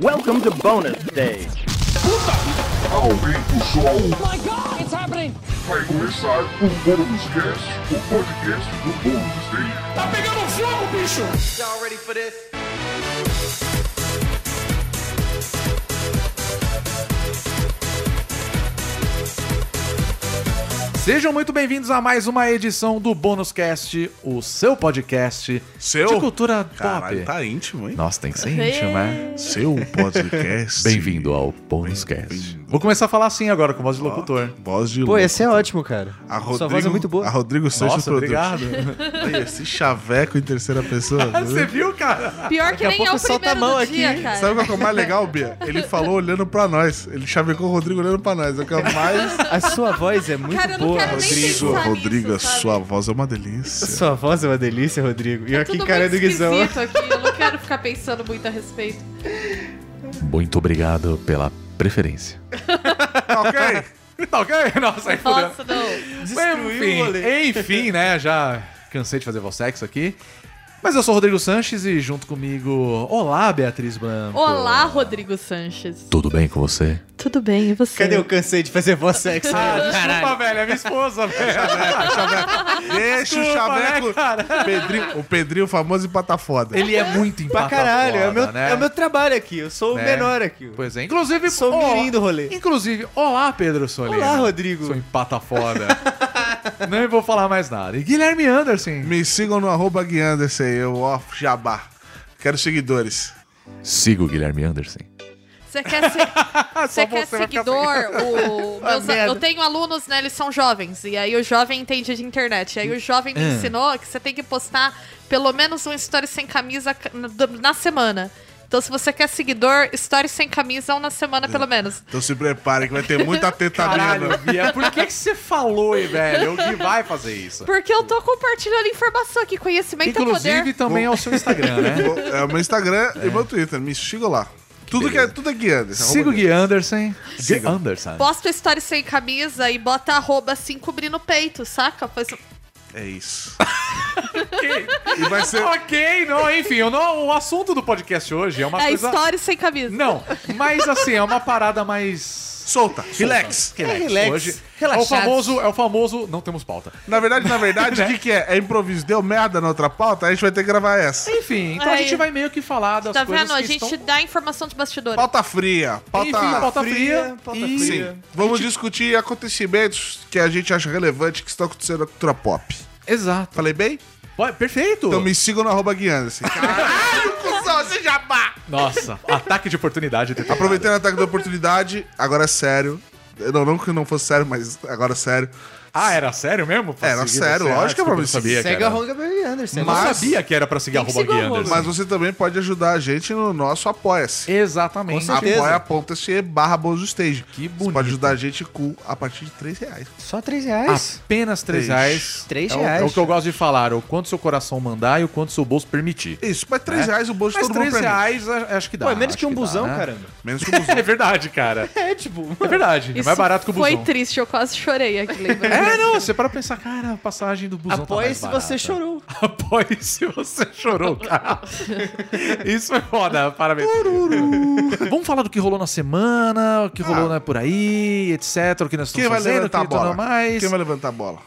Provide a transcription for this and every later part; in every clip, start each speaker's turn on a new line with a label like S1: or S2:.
S1: Welcome to bonus stage.
S2: Aumenta o som,
S3: my god, it's happening!
S2: vai começar o Bônus Cast, o podcast do Bônus Day.
S3: Tá pegando fogo, bicho!
S4: Y'all ready for this?
S5: Sejam muito bem-vindos a mais uma edição do Bônus Cast, o seu podcast
S6: Seu?
S5: de cultura
S6: Caralho,
S5: pop.
S6: tá íntimo, hein?
S5: Nossa, tem que ser íntimo, né?
S6: Seu podcast.
S5: Bem-vindo ao Bônus Cast.
S6: Bem-vindo.
S5: Vou começar a falar assim agora, com voz de
S6: Ó,
S5: locutor.
S6: Voz de
S7: Pô,
S6: louco.
S7: esse é ótimo, cara.
S6: A Rodrigo,
S7: Sua voz é muito boa.
S6: A Rodrigo Sanches
S5: Nossa,
S6: produz.
S5: um obrigado.
S6: Olha, esse chaveco em terceira pessoa.
S5: Você viu, cara?
S8: Pior que
S7: a
S8: nem é
S7: pouco
S8: o
S7: solta a
S8: primeiro
S7: mão
S8: do
S7: aqui.
S8: dia, cara.
S6: Sabe qual que é o mais legal, Bia? Ele falou olhando pra nós. Ele chavecou o Rodrigo olhando pra nós. É o que é mais...
S7: A sua voz é muito
S8: Cara, eu não
S7: boa,
S8: quero nem
S7: Rodrigo.
S8: pensar.
S6: Rodrigo, a
S8: nisso, sabe?
S6: sua voz é uma delícia.
S7: Sua voz é uma delícia, Rodrigo. E aqui, cara do Guizão.
S8: esquisito aqui, eu não quero ficar pensando muito a respeito.
S5: Muito obrigado pela preferência.
S6: Tá ok?
S5: Tá ok? Nossa, aí fudeu.
S8: Nossa, não.
S5: Enfim, enfim, né? Já cansei de fazer sexo aqui. Mas eu sou o Rodrigo Sanches e junto comigo. Olá, Beatriz Branco.
S8: Olá, Rodrigo Sanches.
S5: Tudo bem com você?
S8: Tudo bem, e você?
S7: Cadê eu cansei de fazer voz sexy?
S5: Ah, desculpa, velho, é minha esposa, velho.
S6: Deixa o
S5: Desculpa, né,
S6: chaveco.
S5: cara?
S6: Pedrinho- o Pedrinho, famoso empata foda.
S5: Ele é muito
S7: Pra
S5: empata
S7: caralho, é o, meu,
S5: foda, né?
S7: é o meu trabalho aqui. Eu sou o
S5: Né?
S7: menor aqui.
S5: Pois é, inclusive...
S7: Sou o mirim do rolê.
S5: Inclusive, olá, Pedro Soleno.
S7: Olá, Rodrigo.
S5: Sou um empata foda. Não vou falar mais nada. E Guilherme Anderson.
S6: Me sigam no arroba guianderson aí, eu off jabá. Quero seguidores.
S5: Siga o Guilherme Anderson.
S8: Você quer, ser, você quer
S5: você vai ficar
S8: seguidor? O, meus-
S7: Ah, merda.
S8: eu tenho alunos, né? Eles são jovens. E aí o jovem entende de internet. E aí o jovem
S7: Ah.
S8: me ensinou que você tem que postar pelo menos um story sem camisa ca- na- na semana. Então, se você quer seguidor, story sem camisa um na semana,
S7: É.
S8: pelo menos.
S6: Então se preparem que vai ter muita teta
S5: Caralho,
S6: abrindo.
S5: Bia, por que, que você falou, hein, velho? O que vai fazer isso?
S8: Porque eu tô compartilhando informação aqui. Conhecimento
S7: tá
S8: é
S5: Inclusive,
S8: poder.
S5: também é o seu Instagram, né?
S6: Vou- É o meu Instagram e meu Twitter. Me sigam lá. Tudo que é, tudo é Guianderson.
S5: Siga o
S6: arroba
S5: Gui Anderson. Gui
S6: Siga.
S5: Anderson.
S8: Posta story sem camisa e bota arroba assim cobrindo o peito, saca? Faz um-
S6: Guianderson. É isso. e vai ser...
S5: Ok, não, enfim, eu não- o assunto do podcast hoje é uma
S8: É
S5: coisa...
S8: story sem camisa.
S5: Não, mas assim, é uma parada mais.
S6: Solta, relax.
S5: Relax.
S7: relax,
S5: Hoje é o
S7: relaxados.
S5: famoso, é o famoso, não temos pauta.
S6: Na verdade, na verdade,
S5: Né?
S6: o que, que é? É improviso. Deu merda na outra pauta, a gente vai ter que gravar essa.
S5: Enfim, então a
S8: Aí.
S5: gente vai meio que falar das
S8: Tá
S5: coisas
S8: vendo? A
S5: que
S8: gente
S5: estão...
S8: dá informação de bastidores.
S6: Pauta fria. Pauta...
S5: Enfim, pauta fria,
S7: fria,
S5: pauta
S7: pauta
S5: e...
S7: fria.
S6: Sim. Vamos discutir acontecimentos que a gente acha relevante que estão acontecendo na cultura pop.
S5: Exato.
S6: Falei bem?
S5: Ué, Perfeito.
S6: Então me sigam no arroba guianderson. Caralho, cuzão, você já pá!
S5: Nossa, ataque de oportunidade. detectado.
S6: Aproveitando o ataque da oportunidade, agora é sério. Não, não que não fosse sério, mas agora é sério.
S5: Ah, era sério mesmo? Pra
S6: Era
S5: seguir
S6: sério,
S5: você? Ah,
S6: lógico que é pra
S5: desculpa,
S6: me
S5: eu não sabia,
S7: Segue
S5: cara.
S7: a Ronga Baby Anderson.
S5: Eu
S6: Mas-
S5: não sabia que era pra seguir arroba
S8: seguir
S5: Gui
S8: o
S5: Anderson.
S6: Mas você também pode ajudar a gente no nosso Apoia-se.
S5: Exatamente.
S7: Com certeza.
S6: Apoia.se barra Bozo Stage.
S5: Que
S6: Você
S5: bonito.
S6: pode ajudar a gente com a partir de 3 reais.
S7: Só 3 reais?
S5: Apenas 3
S6: Três.
S5: reais.
S7: É Três
S5: é o,
S7: reais,
S5: É o que eu gosto de falar, o quanto seu coração mandar e o quanto seu bolso permitir.
S6: Isso, É? mas 3 reais o Bozo
S5: Mas
S6: todo mundo
S5: 3
S6: pra mim.
S5: reais a- acho que dá.
S7: Pô, é menos
S5: acho
S7: que um
S5: dá,
S7: busão,
S5: né?
S7: caramba.
S6: Menos que o Bozo.
S5: É verdade, cara.
S7: É, tipo...
S5: É verdade. é
S8: Isso
S5: mais barato que o busão.
S8: Foi triste, eu quase chorei aqui, lembra?
S5: É, não, você para pensar, cara, a passagem do busão tá
S7: Apoie
S5: mais
S7: se
S5: barata.
S7: você chorou.
S5: Apoie se você chorou, cara. Isso foi foda, parabéns. Vamos falar do que rolou na semana, o que rolou né, por aí, etc, o que nós
S6: Quem
S5: estamos
S6: vai
S5: fazendo, o que
S6: levantar a
S5: retornou
S6: bola?
S5: mais.
S6: Quem vai levantar a bola?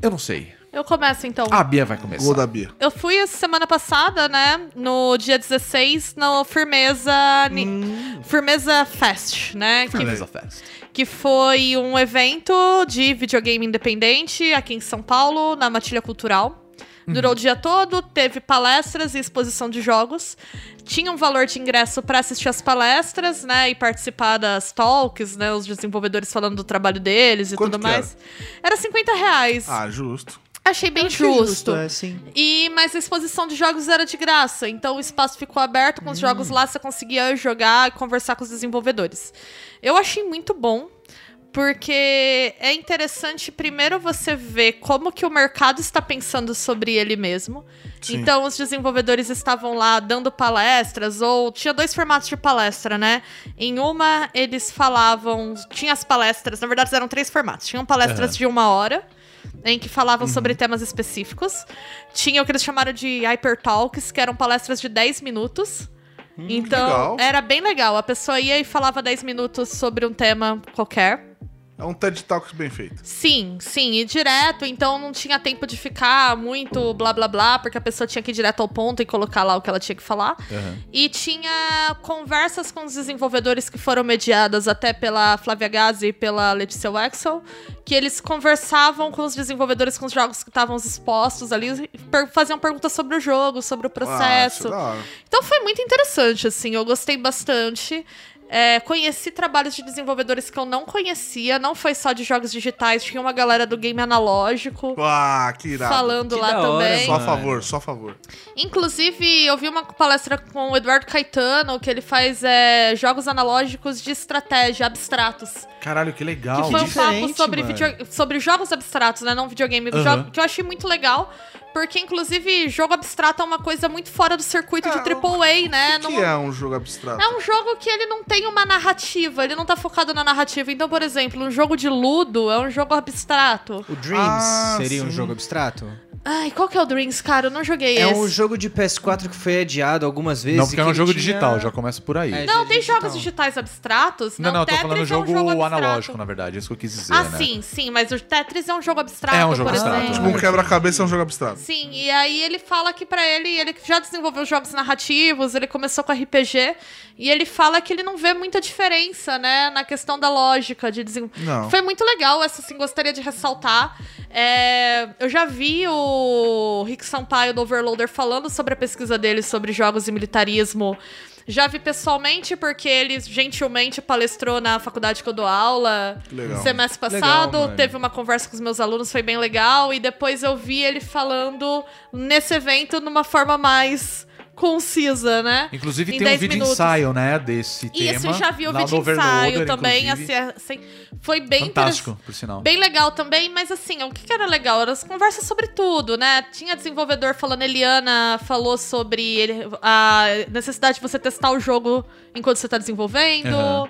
S5: Eu não sei.
S8: Eu começo então.
S5: A Bia vai começar.
S6: Gol da Bia.
S8: Eu fui essa semana passada, né? No dia 16, no Firmeza. Ni-
S5: Hum.
S8: Firmeza Fest, né? que-
S7: é
S5: Firmeza Fest.
S8: que foi um evento de videogame independente aqui em São Paulo, na Matilha Cultural.
S6: Uhum.
S8: Durou o dia todo, teve palestras e exposição de jogos. Tinha um valor de ingresso para assistir as palestras, né? E participar das talks, né? Os desenvolvedores falando do trabalho deles e
S6: Quanto
S8: tudo
S6: que era?
S8: mais. Era? 50 reais.
S6: Ah, justo.
S8: Achei bem justo.
S7: É, sim.
S8: E mas a exposição de jogos era de graça, então o espaço ficou aberto com os jogos
S6: Hum.
S8: lá, você conseguia jogar e conversar com os desenvolvedores. Eu achei muito bom, porque é interessante primeiro você ver como que o mercado está pensando sobre ele mesmo.
S6: Sim.
S8: Então os desenvolvedores estavam lá dando palestras ou tinha dois formatos de palestra, né? Em uma eles falavam, tinha as palestras, na verdade eram três formatos. Tinham palestras de uma hora em que falavam
S6: Uhum.
S8: sobre temas específicos. Tinha o que eles chamaram de hypertalks, que eram palestras de 10 minutos. Então,
S6: Hum, legal.
S8: era bem legal. A pessoa ia e falava 10 minutos sobre um tema qualquer.
S6: É um TED Talks bem feito.
S8: Sim, sim, e direto, então não tinha tempo de ficar muito blá blá blá, porque a pessoa tinha que ir direto ao ponto e colocar lá o que ela tinha que falar. E tinha conversas com os desenvolvedores que foram mediadas até pela Flávia Gazi e pela Letícia Wexel, que eles conversavam com os desenvolvedores com os jogos que estavam expostos ali, e per- faziam perguntas sobre o jogo, sobre o
S6: Ah, isso
S8: processo.
S6: é da hora.
S8: Então foi muito interessante, assim, eu gostei bastante. É, conheci trabalhos de desenvolvedores que eu não conhecia, não foi só de jogos digitais, tinha uma galera do game analógico
S6: Ah, que irado.
S8: falando
S4: Que
S8: lá
S4: da hora,
S8: também.
S6: Só a
S4: Mano.
S6: favor, só a favor.
S8: Inclusive, eu vi uma palestra com o Eduardo Caetano, que ele faz é, jogos analógicos de estratégia, abstratos.
S5: Caralho, que legal.
S8: que foi um papo
S7: diferente,
S8: sobre,
S7: mano.
S8: video- sobre jogos abstratos, né? Não videogame.
S5: Aham.
S8: jogo- que eu achei muito legal, porque, inclusive, jogo abstrato é uma coisa muito fora do circuito de
S6: Ah,
S8: AAA, né?
S6: O
S8: Não-
S6: que é um jogo abstrato?
S8: É um jogo que ele não tem uma narrativa, ele não tá focado na narrativa. Então, por exemplo, um jogo de ludo é um jogo abstrato.
S7: O Dreams
S6: Ah,
S7: seria um
S6: sim.
S7: jogo abstrato?
S8: Ai, qual que é o Dreams, cara? Eu não joguei
S7: É
S8: esse.
S7: um jogo de PS4 que foi adiado algumas vezes.
S5: Não, porque
S7: e
S5: é
S7: que
S5: um
S7: ele
S5: jogo
S7: tinha-
S5: digital, já começa por aí.
S7: É,
S8: Não,
S7: jogo
S8: tem jogos
S7: digital.
S8: digitais abstratos?
S5: então. Não, não, eu tô
S8: Tetris
S5: falando
S8: é um
S5: jogo,
S8: jogo abstrato.
S5: analógico, na verdade. Isso que eu quis dizer,
S8: Ah,
S5: né?
S8: sim, sim, mas o Tetris é um jogo abstrato,
S5: É um jogo
S8: por
S5: abstrato,
S8: exemplo.
S6: Tipo, um quebra-cabeça é um jogo abstrato.
S8: Sim, e aí ele fala que pra ele, ele já desenvolveu jogos narrativos, ele começou com RPG, e ele fala que ele não vê muita diferença, né, na questão da lógica de desenvolvimento.
S6: Não.
S8: Foi muito legal, essa assim, gostaria de ressaltar. É, eu já vi o Rick Sampaio do Overloader falando sobre a pesquisa dele sobre jogos e militarismo. Já vi pessoalmente, porque ele gentilmente palestrou na faculdade que eu dou aula.
S6: Que legal.
S8: Semestre
S7: Legal,
S8: passado,
S7: mano.
S8: teve uma conversa com os meus alunos, foi bem legal. E depois eu vi ele falando nesse evento numa forma mais concisa, né?
S5: Inclusive
S8: Em
S5: tem um
S8: 10
S5: vídeo
S8: minutos.
S5: ensaio, né, desse
S8: E
S5: tema.
S8: Isso, eu já vi o
S5: lá no
S8: vídeo ensaio
S5: Overloader,
S8: também. Assim,
S5: inclusive.
S8: assim, foi bem
S5: Fantástico,
S8: interessante.
S5: por sinal.
S8: Bem legal também, mas assim, o que que era legal? Era as conversas sobre tudo, né? Tinha desenvolvedor falando, Eliana falou sobre ele- a necessidade de você testar o jogo enquanto você tá desenvolvendo.
S5: Aham.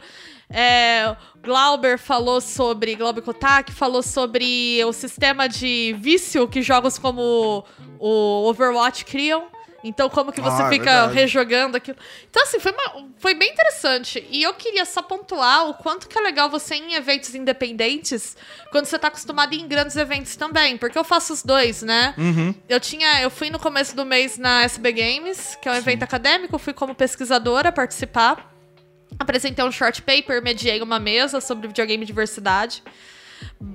S8: É, Glauber falou sobre. Glauber Kotak falou sobre o sistema de vício que jogos como o Overwatch criam. Então, como que você
S6: Ah, é
S8: fica
S6: verdade.
S8: rejogando aquilo. Então, assim, foi, uma- foi bem interessante. E eu queria só pontuar o quanto que é legal você ir em eventos independentes quando você tá acostumado a ir em grandes eventos também. Porque eu faço os dois, né?
S6: Uhum.
S8: Eu tinha. Eu fui no começo do mês na SB Games, que é um evento acadêmico, fui como pesquisadora participar. Apresentei um short paper, mediei uma mesa sobre videogame e diversidade.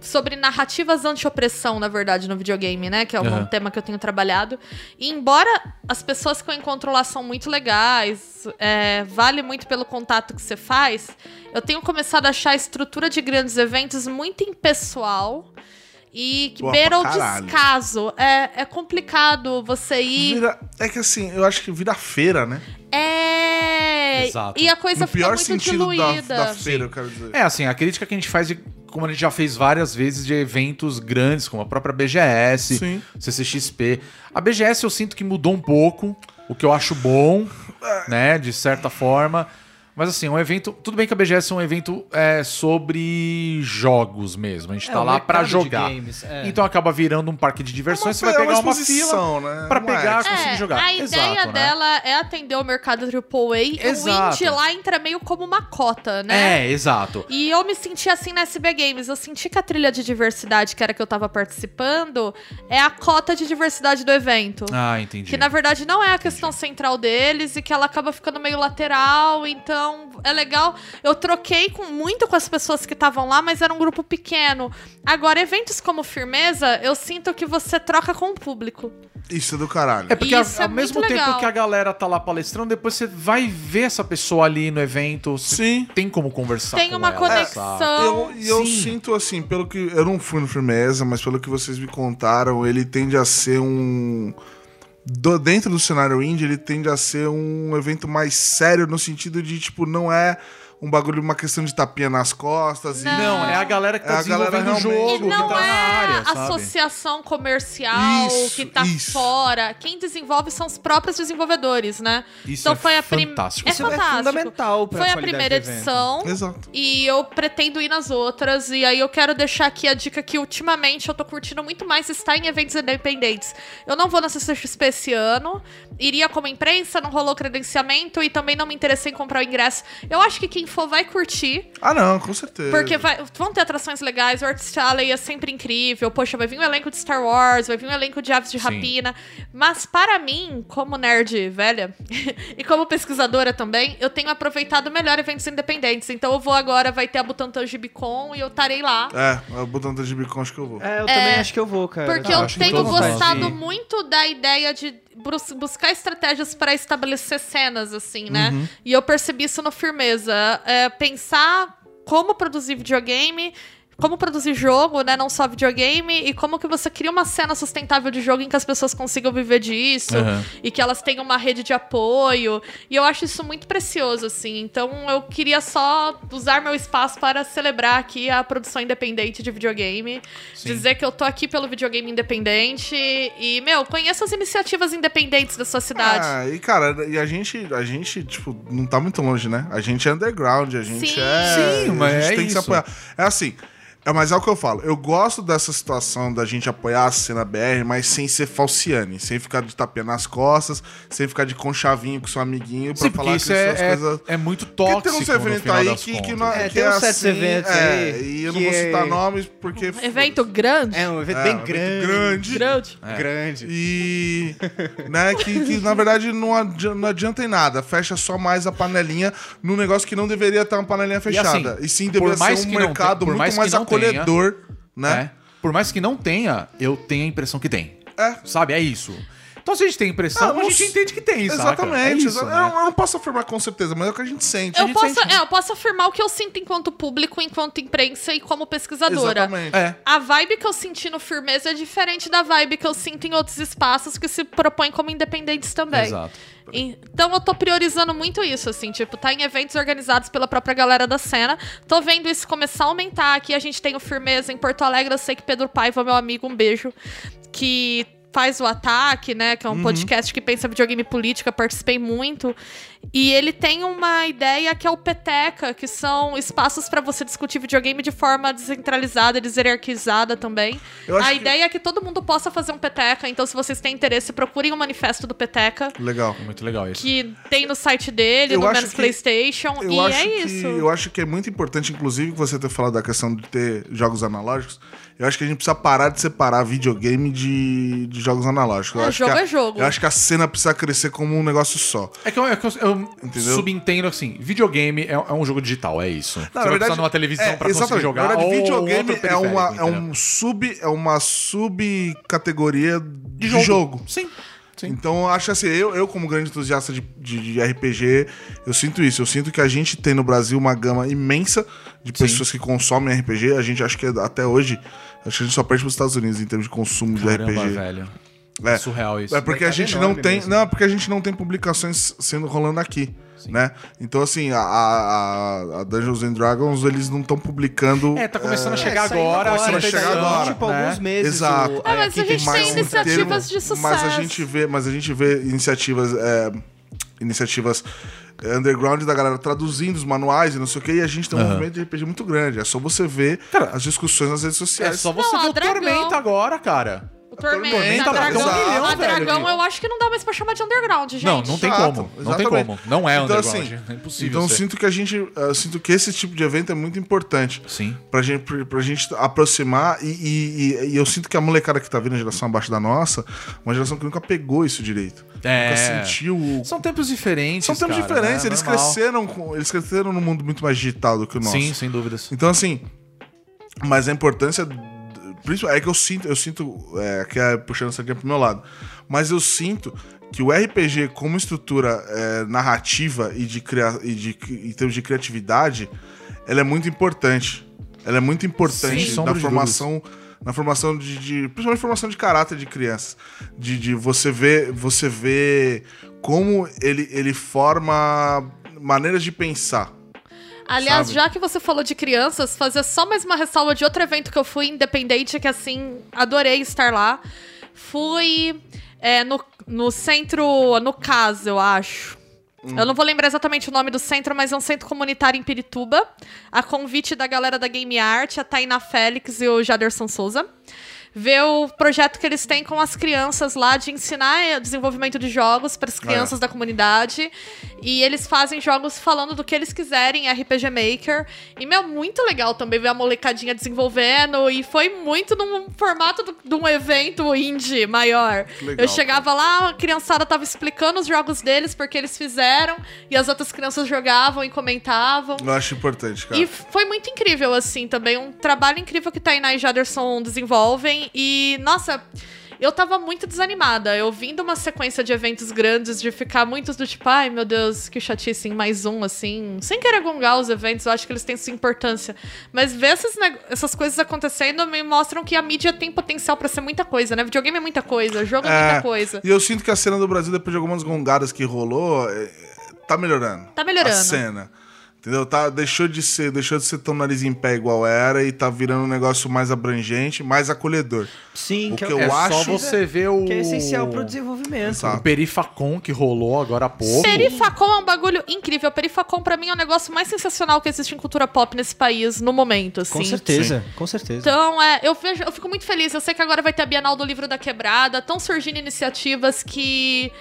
S8: Sobre narrativas anti-opressão, na verdade, no videogame, né? Que é um
S5: Aham.
S8: tema que eu tenho trabalhado. E embora as pessoas que eu encontro lá são muito legais, é, vale muito pelo contato que você faz, eu tenho começado a achar a estrutura de grandes eventos muito impessoal e que
S6: Boa pra
S8: beira o
S6: caralho.
S8: descaso. É, é complicado você ir.
S6: Vira- é que assim, eu acho que vira feira, né?
S8: É.
S5: Exato.
S8: E a coisa
S6: No
S8: fica
S6: pior
S8: muito
S6: sentido da,
S8: diluída.
S6: da feira, eu quero dizer.
S5: É, assim, a crítica que a gente faz de. Como a gente já fez várias vezes de eventos grandes, como a própria BGS,
S6: Sim.
S5: CCXP. A BGS eu sinto que mudou um pouco, o que eu acho bom, né? De certa forma. Mas assim, é um evento. Tudo bem que a BGS é um evento é, sobre jogos mesmo. A gente
S7: É,
S5: tá
S7: o
S5: lá pra
S7: mercado de
S5: jogar.
S7: games, é.
S5: Então acaba virando um parque de diversões,
S6: uma-
S5: você vai pegar uma,
S6: é uma
S5: fila
S6: exposição, né?
S5: pra
S6: Não é,
S5: pegar,
S6: tipo,
S5: conseguir jogar.
S8: A
S5: Exato,
S8: ideia
S5: né?
S8: dela é atender o mercado AAA e o
S5: Exato.
S8: indie lá entra meio como uma cota, né?
S5: É, exato.
S8: E eu me senti assim na SB Games. Eu senti que a trilha de diversidade, que era que eu tava participando, é a cota de diversidade do evento.
S5: Ah, entendi.
S8: Que na verdade não é a questão central deles e que ela acaba ficando meio lateral, então é legal. Eu troquei com muito com as pessoas que estavam lá, mas era um grupo pequeno. Agora, eventos como Firmeza, eu sinto que você troca com o público.
S6: Isso é do caralho.
S5: É porque a-
S8: Isso é
S5: ao mesmo
S8: muito
S5: tempo
S8: legal.
S5: que a galera tá lá palestrando, depois você vai ver essa pessoa ali no evento. Você
S6: Sim.
S5: Tem como conversar
S8: Tem
S5: com
S8: uma
S5: ela,
S8: conexão.
S5: sabe?
S6: Eu, e eu
S5: Sim.
S6: sinto assim, pelo que. Eu não fui no Firmeza, mas pelo que vocês me contaram, ele tende a ser um. do- dentro do cenário indie, ele tende a ser um evento mais sério no sentido de, tipo, não é um bagulho, uma questão de tapinha nas costas. e-
S5: Não, é a galera que tá
S6: É a galera
S5: desenvolvendo o
S6: realmente-
S5: jogo,
S8: né?
S6: Fogo
S8: E
S5: que
S8: não
S5: tá
S8: é
S5: na área, sabe?
S8: associação comercial
S6: Isso,
S8: que tá
S6: isso.
S8: fora. Quem desenvolve são os próprios desenvolvedores, né?
S5: Isso
S8: então
S5: é
S8: foi a prim-
S5: fantástico.
S8: É
S5: Isso
S7: é
S8: fantástico.
S7: fundamental pra
S8: Foi a
S7: qualidade
S8: primeira
S7: do evento.
S8: edição.
S6: Exato.
S8: E eu pretendo ir nas outras. E aí eu quero deixar aqui a dica que ultimamente eu tô curtindo muito mais estar em eventos independentes. Eu não vou na CCXP esse ano. Iria como imprensa, não rolou credenciamento e também não me interessei em comprar o ingresso. Eu acho que quem for vai curtir,
S6: Ah, não, com certeza.
S8: porque vai- vão ter atrações legais. O Artist Alley é sempre incrível. Poxa, vai vir um elenco de Star Wars, vai vir um elenco de Aves de
S5: Sim.
S8: Rapina. Mas para mim, como nerd velha e como pesquisadora também, eu tenho aproveitado melhor eventos independentes. Então eu vou agora, vai ter a Butantan Gibicon e eu estarei lá.
S6: É, o botão da Gibicon acho que eu vou.
S7: É, eu também acho que eu vou, cara.
S8: Porque
S5: Ah,
S8: eu
S5: acho que
S8: tenho
S5: todo mundo
S8: gostado
S5: faz.
S8: muito da ideia de brus- buscar estratégias para estabelecer cenas, assim, né?
S5: Uhum.
S8: E eu percebi isso no Firmeza. É, pensar como produzir videogame, como produzir jogo, né? Não só videogame, e como que você cria uma cena sustentável de jogo em que as pessoas consigam viver disso
S5: Aham.
S8: e que elas tenham uma rede de apoio. E eu acho isso muito precioso, assim. Então eu queria só usar meu espaço para celebrar aqui a produção independente de videogame.
S5: Sim.
S8: Dizer que eu tô aqui pelo videogame independente. E, meu, conheça as iniciativas independentes da sua cidade.
S6: Ah, e cara, e a gente, a gente, tipo, não tá muito longe, né? A gente é underground, a gente
S8: Sim.
S6: é.
S5: Sim, mas
S6: a gente
S5: é
S6: tem que
S5: isso.
S6: se apoiar. É assim. É, mas é o que eu falo. Eu gosto dessa situação da gente apoiar a cena BR, mas sem ser falciane, sem ficar de tapinha nas costas, sem ficar de conchavinho com seu amiguinho pra
S5: Sim, porque
S6: falar
S5: isso
S6: que
S5: é,
S6: as
S5: é-
S6: coisas.
S5: é muito
S6: Porque
S5: tóxico
S6: tem uns
S5: no
S6: eventos
S5: final
S6: aí
S5: das
S6: que, que,
S5: contas.
S6: não,
S7: É,
S6: que
S7: tem
S6: é
S7: uns certos
S6: assim,
S7: eventos
S6: é,
S7: aí
S6: E eu não
S7: que
S6: vou citar
S7: é-
S6: nomes porque.
S8: Evento grande.
S7: É um evento
S6: É,
S7: bem
S6: um evento
S7: grande.
S6: grande.
S8: Grande.
S5: É.
S7: Grande.
S6: E. Né, que, que, na verdade não adianta, não adianta em nada. Fecha só mais a panelinha num negócio que não deveria estar uma panelinha fechada. E,
S5: assim,
S6: sim,
S5: por
S6: deveria
S5: mais
S6: ser um
S5: que não
S6: mercado
S5: tenha- por
S6: muito
S5: mais
S6: mais,
S5: que não
S6: acolhedor, né?
S5: né? Por mais que não tenha, eu tenho a impressão que tem.
S6: É.
S5: Sabe? É isso. Então, se a gente tem impressão,
S6: Ah, não
S5: a gente
S6: s-
S5: entende que tem, saca? É
S6: Exatamente.
S5: isso,
S6: exa-
S5: né?
S6: eu, não- eu não posso afirmar com certeza, mas é o que a gente sente.
S8: Eu posso, é, eu posso afirmar o que eu sinto enquanto público, enquanto imprensa e como pesquisadora.
S6: Exatamente.
S5: É.
S8: A vibe que eu senti no Firmeza é diferente da vibe que eu sinto em outros espaços que se propõem como independentes também.
S5: Exato.
S8: Então eu tô priorizando muito isso, assim, tipo, tá em eventos organizados pela própria galera da cena. Tô vendo isso começar a aumentar. Aqui a gente tem o Firmeza em Porto Alegre. Eu sei que Pedro Paiva, meu amigo, um beijo, que faz o Ataque, né? Que é um
S6: Uhum.
S8: podcast que pensa videogame e política, participei muito. E ele tem uma ideia que é o Peteca, que são espaços pra você discutir videogame de forma descentralizada, deserarquizada também.
S6: Eu acho
S8: A
S6: que-
S8: ideia é que todo mundo possa fazer um Peteca, então se vocês têm interesse, procurem o manifesto do Peteca
S6: É Legal.
S5: Muito legal isso.
S8: que tem no site dele,
S6: Eu
S8: no
S6: acho
S8: menos
S6: que-
S8: PlayStation,
S6: Eu
S8: e
S6: acho
S8: é
S6: que,
S8: isso.
S6: Eu acho que é muito importante, inclusive, que você ter falado da questão de ter jogos analógicos. Eu acho que a gente precisa parar de separar videogame de, de jogos analógicos. Eu
S8: É,
S6: acho
S8: jogo
S6: que a,
S8: é jogo.
S6: Eu acho que a cena precisa crescer como um negócio só.
S5: É que eu, é que eu- eu
S6: Entendeu?
S5: subentendo assim, videogame é, é um jogo digital, é isso. você
S6: Não,
S5: vai precisar de uma televisão
S6: é,
S5: pra conseguir
S6: exatamente.
S5: jogar.
S6: Na verdade,
S5: ou
S6: videogame
S5: outro
S6: é uma, é
S5: periférico,
S6: um sub, é uma subcategoria de,
S5: entendeu?
S6: jogo.
S5: Sim. Sim.
S6: Então, eu acho assim, eu, eu como grande entusiasta de, de- de RPG, eu sinto isso. Eu sinto que a gente tem no Brasil uma gama imensa de pessoas que consomem RPG. A gente acho que é, até hoje, acho que a gente só perde pros Estados Unidos em termos de consumo de
S5: Caramba,
S6: RPG.
S5: velho.
S6: É.
S5: É surreal isso.
S6: É porque a
S7: mercado
S6: gente não
S7: enorme
S6: tem.
S7: mesmo.
S6: Não, é porque a gente não tem publicações sendo rolando aqui. Né? Então, assim, a, a, a Dungeons and Dragons, eles não estão publicando.
S5: É, tá começando a chegar
S7: É, saiu
S5: agora.
S6: agora,
S5: a
S6: vai
S5: segunda
S6: chegar
S5: edição,
S6: agora,
S7: Tipo,
S5: né?
S7: alguns meses.
S6: Exato.
S7: o-
S8: Ah, mas
S7: aqui
S8: a gente
S7: tem mais
S8: tem
S7: um
S8: iniciativa.
S6: termo,
S8: iniciativas de sucesso.
S6: Mas a gente vê, mas a gente vê iniciativas, é, iniciativas underground da galera traduzindo os manuais e não sei o que, e a gente tem um movimento de RPG muito grande. É só você ver as discussões nas redes
S5: É
S6: sociais.
S5: só você
S8: Não,
S5: ver
S8: a
S5: o
S8: Dragão.
S5: Tormenta agora, cara.
S8: O Tormenta,
S6: tá
S5: Tormenta
S8: a Dragão,
S5: bateu um milhão,
S8: a
S5: velho,
S8: Dragão
S5: aqui.
S8: eu acho que não dá mais pra chamar de underground, gente.
S5: Não, não tem
S6: Exato,
S5: como. Não tem
S6: exatamente.
S5: como. Não é
S6: Então,
S5: underground.
S6: assim,
S5: é impossível.
S6: Então
S5: ser.
S6: sinto que a gente, eh, sinto que esse tipo de evento é muito importante.
S5: Sim.
S6: Pra gente, pra- pra gente aproximar, e, e- e- e eu sinto que a molecada que tá vindo, a geração abaixo da nossa, uma geração que nunca pegou isso direito.
S5: É.
S6: Nunca sentiu o
S5: São tempos diferentes.
S6: São tempos
S5: cara,
S6: diferentes,
S5: né?
S6: eles
S5: Normal.
S6: cresceram com, eles cresceram num mundo muito mais digital do que o nosso.
S5: Sim, sem dúvidas.
S6: Então assim, mas a importância d- principal- é que eu sinto, eu sinto é, que é puxando essa aqui pro meu lado, mas eu sinto que o RPG como estrutura é, narrativa e de cria, e de em termos de criatividade, ela é muito importante. Ela é muito importante
S5: Sem
S6: na
S5: sombra de
S6: formação na formação de, de- principalmente formação de caráter de crianças de, de você ver você ver como ele, ele forma maneiras de pensar
S8: Aliás,
S6: Sabe?
S8: já que você falou de crianças, fazer só mais uma ressalva de outro evento que eu fui independente, que assim, adorei estar lá. Fui é, no, no centro, no caso, eu acho. Eu não vou lembrar exatamente o nome do centro, mas é um centro comunitário em Pirituba. A convite da galera da Game Art, a Tainá Félix e o Jaderson Souza. Ver o projeto que eles têm com as crianças lá de ensinar eh, desenvolvimento de jogos para as crianças da comunidade. E eles fazem jogos falando do que eles quiserem, RPG Maker. E, meu, muito legal também ver a molecadinha desenvolvendo. E foi muito num formato do- de um evento indie maior.
S6: legal,
S8: Eu chegava lá, a criançada tava explicando os jogos deles, porque eles fizeram. E as outras crianças jogavam e comentavam.
S6: Eu acho importante, cara.
S8: E foi muito incrível, assim, também. Um trabalho incrível que Tainá e Jaderson desenvolvem. E, nossa, eu tava muito desanimada. Eu vim de uma sequência de eventos grandes, de ficar muitos do tipo, ai meu Deus, que chatice, em mais um, assim. Sem querer gongar os eventos, eu acho que eles têm sua importância. Mas ver essas, neg- essas coisas acontecendo me mostram que a mídia tem potencial pra ser muita coisa, né? Videogame é muita coisa, jogo é, muita
S6: É,
S8: coisa.
S6: E eu sinto que a cena do Brasil, depois de algumas gongadas que rolou, é, tá melhorando.
S8: Tá melhorando.
S6: A cena. Entendeu? Tá, deixou de ser, deixou de ser tão nariz em pé igual era e tá virando um negócio mais abrangente, mais acolhedor.
S7: Sim,
S6: O
S7: que, é
S6: que
S7: eu,
S6: eu
S5: É só
S6: acho
S5: você ver o.
S7: que é essencial pro desenvolvimento.
S6: Tá.
S5: O Perifacon que rolou agora há pouco.
S8: Perifacon é um bagulho incrível. Perifacon, pra mim, é o negócio mais sensacional que existe em cultura pop nesse país, no momento, assim.
S7: Com certeza, com certeza.
S8: Então, é, eu, vejo- eu fico muito feliz. Eu sei que agora vai ter a Bienal do Livro da Quebrada. Estão surgindo iniciativas que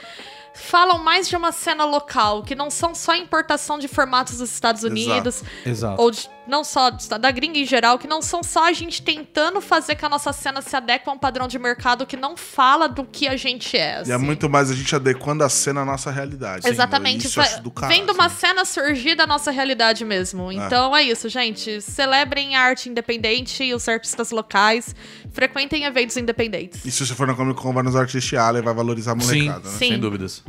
S8: falam mais de uma cena local, que não são só importação de formatos dos Estados
S6: Exato.
S8: Unidos,
S5: Exato.
S8: ou de- não só dos- da gringa em geral, que não são só a gente tentando fazer que a nossa cena se adeque a um padrão de mercado que não fala do que a gente é.
S6: E é
S8: assim.
S6: muito mais a gente adequando a cena à nossa realidade.
S8: Exatamente.
S6: Isso eu acho do
S8: Vai-
S6: caralho. assim.
S8: Vem de uma
S6: sabe?
S8: cena surgir da nossa realidade mesmo. Então é isso, gente. Celebrem a arte independente e os artistas locais. Frequentem eventos independentes.
S6: E se você for na Comic Con, vai nos artistas e ala e vai valorizar a
S5: Sim,
S6: molecada, né?
S8: Sim.
S5: sem dúvidas.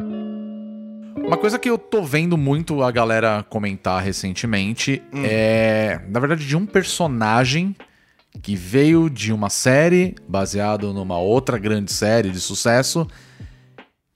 S5: Uma coisa que eu tô vendo muito a galera comentar recentemente é, na verdade, de um personagem que veio de uma série baseado numa outra grande série de sucesso,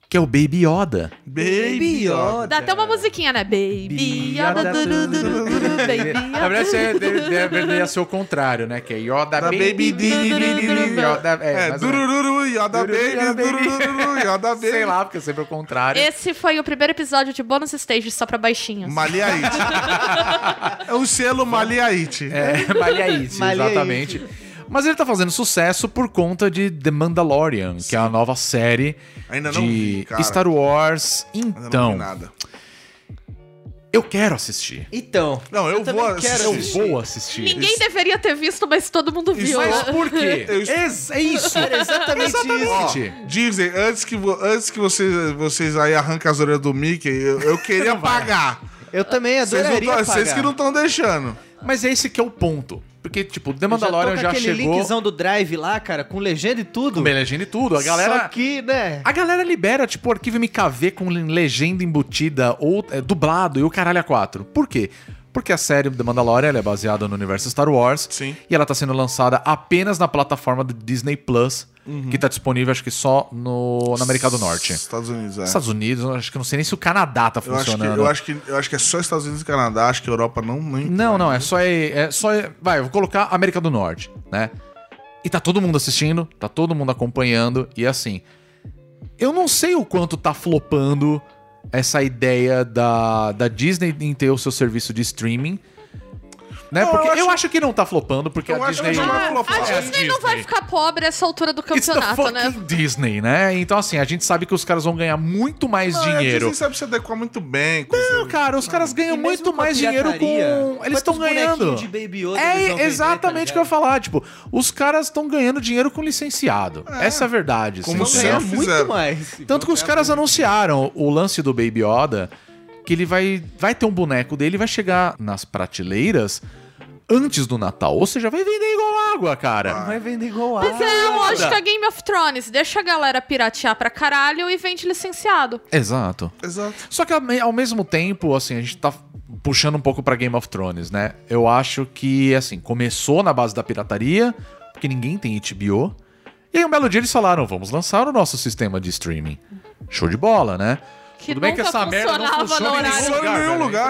S5: que é o Baby Yoda.
S6: Baby, ó.
S8: Dá até uma musiquinha, né? Baby Yoda, duru, duru, duru, baby ah,
S5: Na
S8: Yoda.
S5: verdade, você é deve- deve- ia ser o contrário, né? Que é Yoda
S6: Da Baby Di, Di, Di, Di, Di.
S5: Yoda, é,
S6: É,
S5: mais ou menos.
S6: durururu, Yoda
S5: Dururu, Yoda
S6: Baby,
S5: Baby.
S6: durururu, Yoda Baby.
S5: Sei lá, porque é sempre o contrário.
S8: Esse foi o primeiro episódio de Bônus Stage só pra baixinhos.
S6: Maliaite. é um selo Maliaite.
S5: É, Maliaite,
S7: Maliaite.
S5: exatamente. Mas ele tá fazendo sucesso por conta de The Mandalorian, que é a nova série
S6: Ainda
S5: de
S6: não vi, cara.
S5: Star Wars.
S6: Ainda não vi
S5: Então,
S6: nada.
S5: eu quero assistir.
S7: Então,
S6: Não, eu,
S7: também
S6: vou
S7: quero
S5: Eu
S6: assistir.
S5: vou assistir.
S8: Ninguém deveria ter visto, mas todo mundo viu.
S5: Mas por quê?
S6: Eu-
S5: Ex- É isso.
S7: era exatamente
S6: Ó,
S7: isso.
S5: Gente.
S6: Disney, antes que, vo- antes que vocês, vocês aí arrancam as orelhas do Mickey, eu, eu queria pagar.
S7: Eu também
S6: Vocês, não
S7: adoraria
S6: tão-
S7: pagar.
S6: vocês que não estão deixando.
S5: Mas é esse que é o ponto. Porque, tipo, The
S7: Eu já tô
S5: Mandalorian
S7: com
S5: já,
S7: aquele
S5: chegou.
S7: linkzão do Drive lá, cara, com legenda e tudo.
S5: Com legenda e tudo. A galera.
S7: Só que, né?
S5: A galera libera, tipo, o arquivo MKV com legenda embutida ou é, dublado e o caralho a quatro. Por quê? Porque a série The Mandalorian ela é baseada no universo Star Wars
S6: Sim.
S5: e ela tá sendo lançada apenas na plataforma do Disney Plus,
S6: Uhum.
S5: que tá disponível acho que só no, na América do Norte.
S6: Estados Unidos, é.
S5: Estados Unidos, acho que eu não sei nem se o Canadá tá
S6: Eu acho, que,
S5: funcionando.
S6: eu, acho que, eu acho que é só Estados Unidos e Canadá, acho que a Europa não. Nem...
S5: Não, não, é só. É, é só vai, eu vou colocar América do Norte, né? E tá todo mundo assistindo, tá todo mundo acompanhando, e assim. Eu não sei o quanto tá flopando essa ideia da, da Disney em ter o seu serviço de streaming. Né?
S6: Não,
S5: porque eu
S6: eu
S5: acho...
S6: acho-
S5: que não tá flopando, porque
S6: Eu
S5: a
S6: acho que
S5: Disney.
S7: tá
S6: não vai flopar.
S8: Ah, a
S6: É a
S8: Disney não vai ficar pobre essa altura do
S5: It's the
S8: campeonato,
S5: é fucking
S8: né?
S5: Disney, né? Então, assim, a gente sabe que os caras vão ganhar muito mais
S6: Não, é que
S5: dinheiro.
S6: Vocês sabem se adequar muito bem. com
S5: Não,
S6: esse-
S5: cara, os caras ganham
S7: E mesmo
S5: muito
S7: com a
S5: mais dinheiro
S7: pirataria,
S5: com. Eles estão
S7: quantos
S5: ganhando.
S7: bonequinhos de Baby Yoda eles vão
S5: é
S7: vender,
S5: exatamente o que eu
S7: tá
S5: ia falar. Tipo, os caras estão ganhando dinheiro com licenciado. Essa é a verdade.
S6: Como
S5: assim,
S7: Vão
S6: sempre
S5: entendeu?
S7: ganhar
S6: fizeram.
S7: é muito então é mais.
S5: Tanto que os caras anunciaram o lance do Baby Yoda que ele vai, vai ter um boneco dele e vai chegar nas prateleiras antes do Natal. Ou seja, vai vender igual água, cara.
S7: Vai vender igual a.
S8: Mas é a lógica Game of Thrones. Deixa a galera piratear pra caralho e vende licenciado.
S5: Exato.
S6: Exato.
S5: Só que ao me- ao mesmo tempo, assim, a gente tá puxando um pouco pra Game of Thrones, né? Eu acho que, assim, começou na base da pirataria, porque ninguém tem HBO. E aí um belo dia eles falaram, vamos lançar o nosso sistema de streaming. Show de bola, né?
S8: Que
S5: Tudo bem que
S8: nunca
S5: essa merda não
S8: funcionava
S5: funciona
S8: no
S5: em nenhum
S8: horário.
S5: lugar,
S6: Funciona
S8: É.
S6: em nenhum
S5: velho.
S6: lugar,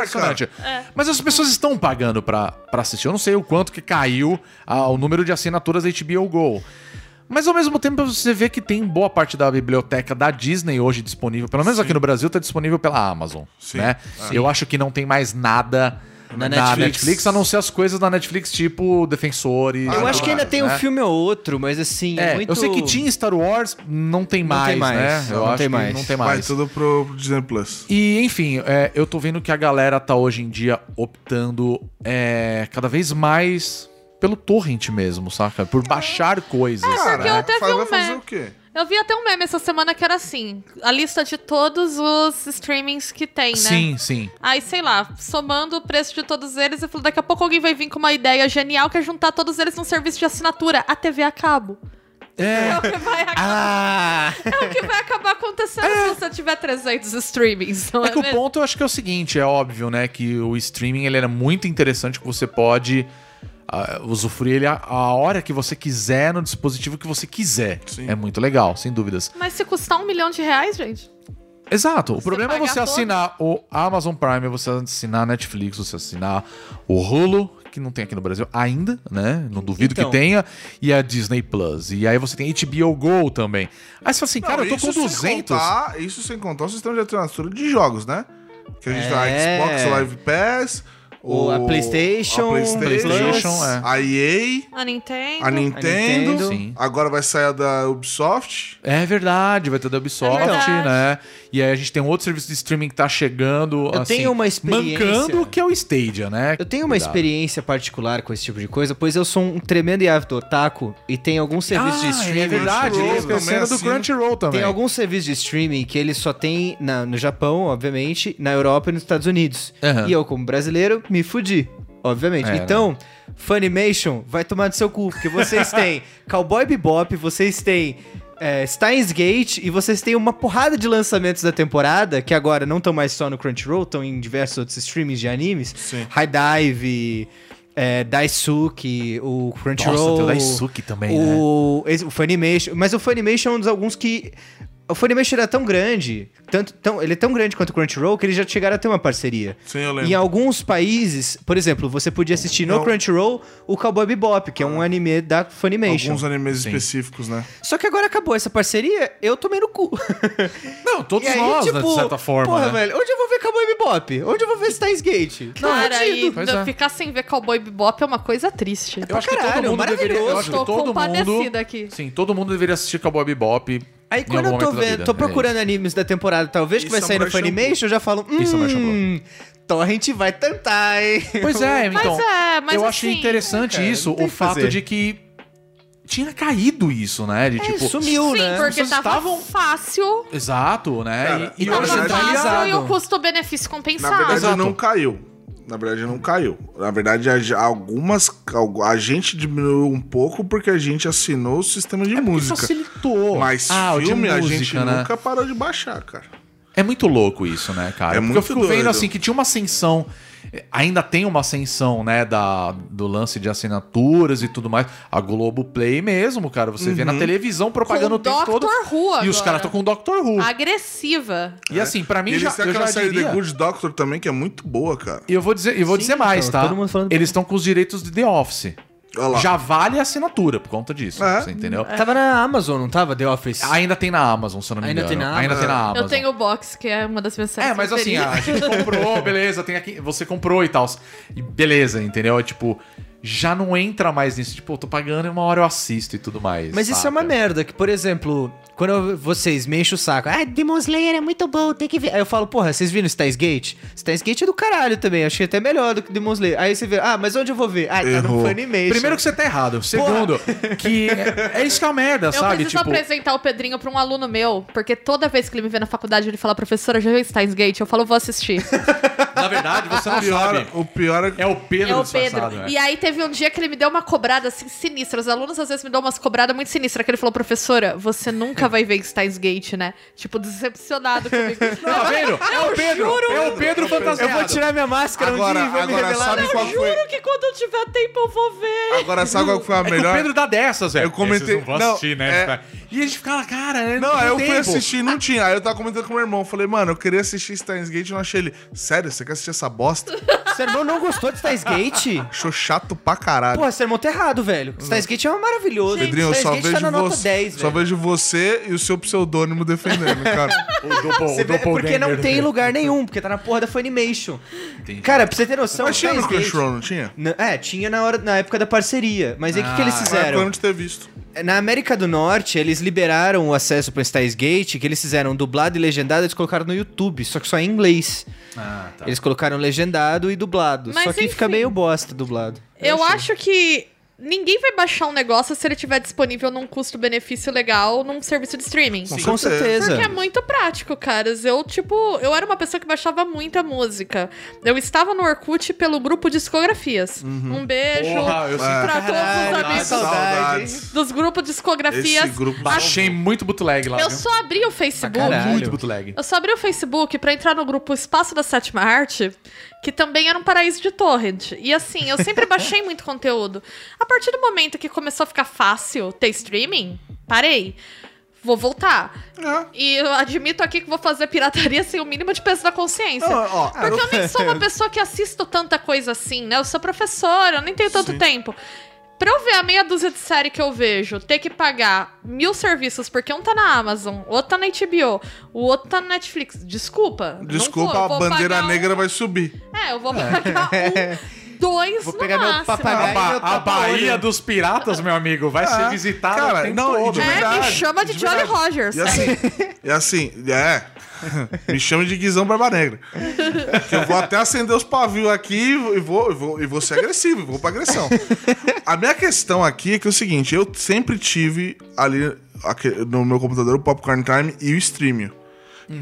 S5: Impressionante. Mas as pessoas estão pagando pra, pra assistir. Eu não sei o quanto que caiu ah, o número de assinaturas da HBO Go. Mas ao mesmo tempo você vê que tem boa parte da biblioteca da Disney hoje disponível, pelo menos aqui no Brasil, tá disponível pela Amazon.
S6: Sim. Ah.
S5: né? Eu acho que não tem mais nada na,
S7: Na
S5: Netflix.
S7: Netflix.
S5: a não ser as coisas da Netflix, tipo Defensores.
S7: Eu
S5: tudo
S7: acho que ainda
S5: mais,
S7: tem
S5: né?
S7: um filme ou outro, mas assim, é,
S5: É,
S7: muito...
S5: Eu sei que tinha Star Wars, não tem mais,
S7: tem mais,
S5: né? Eu
S7: não
S5: acho
S7: tem
S5: que
S7: mais.
S5: não tem
S6: Vai
S5: mais.
S6: tudo pro, pro Disney Plus.
S5: E, enfim, é, eu tô vendo que a galera tá hoje em dia optando é, cada vez mais pelo torrent mesmo, saca?
S8: É.
S5: Por baixar coisas.
S8: porque eu
S5: né?
S8: até
S6: faz-
S8: vi um
S6: vai fazer
S8: meme.
S6: o quê?
S8: Eu vi até um meme essa semana que era assim: a lista de todos os streamings que tem, né?
S5: Sim, sim.
S8: Aí, sei lá, somando o preço de todos eles, eu falo, daqui a pouco alguém vai vir com uma ideia genial que é juntar todos eles num serviço de assinatura, a TV a cabo. É, o que vai,
S7: Ah!
S8: é o que vai acabar acontecendo se você tiver 300 streamings, não é,
S5: É que o
S8: mesmo?
S5: ponto eu acho que é o seguinte, é óbvio, né, que o streaming ele era muito interessante que você pode ah, usufruir ele a, a hora que você quiser no dispositivo que você quiser.
S6: Sim.
S5: É muito legal, sem dúvidas.
S8: Mas se custar um milhão de reais, gente,
S5: Exato. o problema é
S8: pagar
S5: você
S8: todos.
S5: assinar o Amazon Prime, você assinar a Netflix, você assinar o Hulu, que não tem aqui no Brasil ainda, né? Não duvido
S7: Então.
S5: que tenha, e a Disney Plus. E aí você tem HBO Go também. Aí você fala assim, cara, eu tô com
S6: isso sem
S5: 200.
S6: contar- isso sem contar o sistema de assinatura de jogos, né? Que a gente tá
S7: É.
S6: Xbox Live Pass,
S7: O- a
S6: a
S7: PlayStation,
S6: PlayStation,
S5: PlayStation, é.
S6: a EA,
S8: a Nintendo.
S6: a Nintendo.
S7: Nintendo.
S5: Sim.
S6: Agora vai sair a da Ubisoft.
S5: É verdade, vai ter da Ubisoft,
S8: É verdade.
S5: né? E aí a gente tem um outro serviço de streaming que tá chegando.
S7: Eu
S5: assim,
S7: tenho uma experiência.
S5: Mancando, que é o Stadia, né?
S7: Eu tenho uma
S5: Cuidado.
S7: experiência particular com esse tipo de coisa, pois eu sou um tremendo e ávido otaku e tem alguns serviços de
S5: Ah,
S7: streaming.
S5: é verdade,
S6: Crunchyroll
S5: eu
S6: também
S5: esquecendo do
S6: assino.
S5: Crunchyroll também.
S7: Tem alguns serviços de streaming que ele só tem na- no Japão, obviamente, na Europa e nos Estados Unidos.
S5: Aham.
S7: E eu, como brasileiro, me fudi, obviamente.
S5: É,
S7: então, Funimation vai tomar do seu cu, porque vocês têm Cowboy Bebop, vocês têm é, Steins Gate e vocês têm uma porrada de lançamentos da temporada, que agora não estão mais só no Crunchyroll, estão em diversos outros streamings de animes.
S6: Sim.
S7: High Dive, é, Daisuke, o Crunchyroll...
S5: Nossa, tem o Daisuke também, né?
S7: O, esse- o Funimation. Mas o Funimation é um dos alguns que. O Funimation era tão grande, tanto, tão, ele é tão grande quanto o Crunchyroll, que eles já chegaram a ter uma parceria.
S6: Sim, eu
S7: Em
S6: lembro.
S7: alguns países, por exemplo, você podia assistir no
S6: Não.
S7: Crunchyroll o Cowboy Bebop, que é
S5: Ah.
S7: um anime da Funimation.
S6: Alguns animes específicos, né?
S7: Só que agora acabou essa parceria, eu tomei no cu.
S5: Não, todos
S7: E aí,
S5: nós, né, de
S7: tipo,
S5: certa forma.
S7: Porra,
S5: né?
S7: velho, onde eu vou ver Cowboy Bebop? Onde eu vou ver Steins Gate?
S8: Cara, e
S5: Pois
S8: não-
S5: é.
S8: ficar sem ver Cowboy Bebop é uma coisa triste.
S5: Eu acho que
S7: caralho,
S5: todo mundo deveria. Eu
S7: maravilhoso.
S5: acho
S8: Tô
S5: que todo mundo.
S8: compadecida aqui.
S5: Sim, todo mundo deveria assistir Cowboy Bebop.
S7: Aí
S5: em
S7: quando
S5: algum
S7: eu tô
S5: momento da
S7: vendo,
S5: vida.
S7: tô
S5: É
S7: procurando animes da temporada, talvez
S6: E
S7: que vai sair no
S6: Samurai
S7: Funimation, eu já falo,
S5: E Samurai
S7: hum, Torrent vai tentar, hein?
S5: isso. Pois é,
S8: Mas
S5: então.
S8: é, mas
S5: eu
S8: assim,
S5: achei interessante
S7: cara,
S5: isso,
S7: é, não tem
S5: o
S7: o que
S5: fato
S7: fazer.
S5: de que tinha caído isso, né?
S8: É,
S5: De tipo.
S7: sumiu,
S8: Sim,
S7: né?
S8: porque
S5: Vocês
S8: tava
S5: estavam-
S8: fácil,
S5: Exato, né?
S6: Cara,
S5: e e
S6: na
S8: tava
S5: hoje é
S6: verdade-
S8: fácil
S5: idealizado.
S8: e o custo-benefício
S6: Na
S8: compensado.
S6: verdade,
S5: Exato.
S6: não caiu. Na verdade, não caiu. Na verdade, a- algumas. algu- A gente diminuiu um pouco porque a gente assinou o sistema
S5: É
S6: de música.
S5: facilitou.
S6: Mas
S5: Ah, o de
S6: filme a
S5: música,
S6: gente
S5: né?
S6: nunca parou de baixar, cara.
S5: É muito louco isso, né, cara? Porque
S6: É
S5: eu
S6: muito
S5: fico vendo
S6: doido.
S5: assim que tinha uma ascensão. eh, Ainda tem uma ascensão, né, da, do lance de assinaturas e tudo mais. A Globoplay mesmo, cara. Você vê
S6: Uhum.
S5: na televisão propagando o
S8: Com
S5: tempo todo.
S8: Doctor Who
S5: E os
S8: agora.
S5: caras estão com o Doctor Who.
S8: Agressiva.
S5: E assim, pra mim
S6: e
S5: já,
S6: eles têm
S5: eu
S6: aquela
S5: já
S6: série
S5: diria...
S6: The Good Doctor também, que é muito boa, cara.
S5: E eu vou dizer, eu vou
S7: Sim,
S5: dizer mais,
S7: então,
S5: tá?
S7: todo mundo falando-
S5: Eles estão com os direitos de The Office.
S6: Olha lá.
S5: Já vale a assinatura por conta disso,
S6: É.
S5: você entendeu?
S7: Tava na Amazon, não tava? The Office.
S5: Ainda tem na Amazon, se eu não me
S7: Ainda
S5: engano.
S7: tem na
S5: Ainda tem na Amazon.
S8: Eu tenho o box, que é uma das minhas séries
S5: É, mas assim,
S8: preferidas.
S5: a gente comprou, beleza, tem aqui, você comprou e tal. E beleza, entendeu? É tipo, já não entra mais nisso. Tipo, eu tô pagando e uma hora eu assisto e tudo mais.
S7: Mas isso é
S5: saca?
S7: uma merda, que, por exemplo, quando eu- vocês me enchem o saco, ah, Demon Slayer é muito bom, tem que ver. Aí eu falo, porra, vocês viram Steins Gate? Steins Gate é do caralho também, achei até melhor do que Demon Slayer. Aí você vê, ah, mas onde eu vou ver? Ah, tá
S6: Errou.
S7: no Funimation.
S5: Primeiro que você tá errado. Segundo, que é, é isso que é uma merda,
S8: Eu
S5: sabe?
S8: preciso
S5: Tipo,
S8: apresentar o Pedrinho pra um aluno meu, meu, porque toda vez que ele me vê na faculdade, ele fala, professora, já viu Steins Gate? Eu falo, vou assistir.
S5: Na verdade, você não
S6: O pior,
S5: sabe.
S6: o pior é que
S5: É o Pedro
S8: É o
S5: disfarçado,
S8: Pedro.
S5: né?
S8: E aí teve um dia que ele me deu uma cobrada assim sinistra. Os alunos às vezes me dão umas cobradas muito sinistras. Que ele falou, professora, você nunca vai ver Steins Gate, né? Tipo, decepcionado comigo.
S5: Tá vendo? É o Pedro. É o Pedro
S7: Eu
S5: fantasiado.
S7: vou tirar minha máscara
S6: Agora-
S7: um dia e vou me
S6: agora
S7: revelar.
S6: sabe
S7: Não,
S6: qual-
S8: Eu juro que quando eu tiver tempo eu vou ver.
S6: Agora sabe qual que foi a
S5: É que
S6: melhor?
S5: o Pedro dá dessas, velho.
S6: Eu comentei-
S5: É, Vocês não
S6: não,
S5: vão assistir,
S6: é-
S5: né? E a gente ficava, cara...
S6: Não, aí
S5: é
S6: eu fui assistir e não tinha. Aí eu tava comentando com meu irmão. Falei, mano, eu queria assistir Steins Gate e não achei ele. Sério, você quer assistir essa bosta?
S7: Seu irmão não gostou de Steins Gate?
S6: Achou chato pra caralho.
S7: Porra, seu irmão tá errado, velho. Steins Gate é um maravilhoso.
S6: Pedrinho, eu
S7: Steins
S6: só
S7: Gate
S6: vejo,
S7: tá na nota
S6: você,
S7: 10,
S6: só
S7: velho.
S6: vejo você e o seu pseudônimo defendendo, cara.
S5: O Doppel-
S7: Você
S5: o é
S7: vê, porque não
S5: Doppelganger
S7: tem
S5: dele.
S7: lugar nenhum, porque tá na porra da Funimation. Cara, pra você ter noção,
S6: Mas tinha no
S7: Então, Steins Gate-
S6: Crunchyroll, não tinha?
S7: Na- É, tinha na, hora, na época da parceria. Mas aí o que, que eles
S6: Era. Ah, Eu
S7: fizeram?
S6: não te ter visto.
S7: Na América do Norte, eles liberaram o acesso pra Steins Gate, que eles fizeram dublado e legendado, eles colocaram no YouTube, só que só em inglês.
S5: Ah, tá.
S7: Eles colocaram legendado e dublado.
S8: Mas
S7: só que
S8: enfim.
S7: fica meio bosta dublado.
S8: Eu, acho que ninguém vai baixar um negócio se ele tiver disponível num custo-benefício legal num serviço de streaming.
S6: Sim.
S7: Com
S6: Com certeza.
S7: certeza.
S8: Porque é muito prático, caras. Eu, tipo, eu era uma pessoa que baixava muita música. Eu estava no Orkut pelo grupo de discografias. Um beijo
S5: Porra, eu sinto
S8: pra
S7: Caralho,
S8: todos os amigos
S7: saudade,
S8: dos grupos de
S6: Esse
S8: discografias.
S6: grupo.
S5: Baixei muito bootleg lá,
S8: Eu
S5: viu?
S8: só abri o Facebook.
S7: Pra caralho.
S5: Muito bootleg.
S8: Eu só abri o Facebook pra entrar no grupo Espaço da Sétima Arte, que também era um paraíso de torrent. E assim, eu sempre baixei muito conteúdo. A partir do momento que começou a ficar fácil ter streaming, parei. Vou voltar.
S6: Ah.
S8: E eu admito aqui que vou fazer pirataria sem o mínimo de peso da consciência.
S5: Ah,
S6: Não, ó,
S8: Ah, Porque eu nem sou uma pessoa que assisto tanta coisa assim, né? Eu sou professora, eu nem tenho tanto tempo. Pra eu ver a meia dúzia de série que eu vejo, ter que pagar mil serviços, porque um tá na Amazon, outro tá na HBO, o outro tá na Netflix. Desculpa. não
S6: Desculpa,
S8: vou,
S6: a
S8: vou
S6: bandeira
S8: pagar um-
S6: negra É. vai subir.
S8: É, eu vou pagar um, dois
S7: Vou
S8: no
S7: pegar meu
S8: máximo.
S5: A,
S7: papagaio.
S5: Ba-
S7: Meu
S5: a Bahia
S7: tapa-olho.
S5: dos Piratas, meu amigo, vai ser visitada
S6: né? cara,
S5: o tempo
S6: não, e
S5: todo.
S6: de
S8: É, me
S6: verdade,
S8: chama de
S6: de
S8: Jolly
S6: verdade.
S8: Rogers.
S6: E
S8: É,
S6: assim, e assim, é. Me chama de Guizão Barba Negra. Que eu vou até acender os pavios aqui e vou, e vou, e vou ser agressivo, e vou pra agressão. A minha questão aqui é que é o seguinte: eu sempre tive ali aque- no meu computador o Popcorn Time e o Streamio,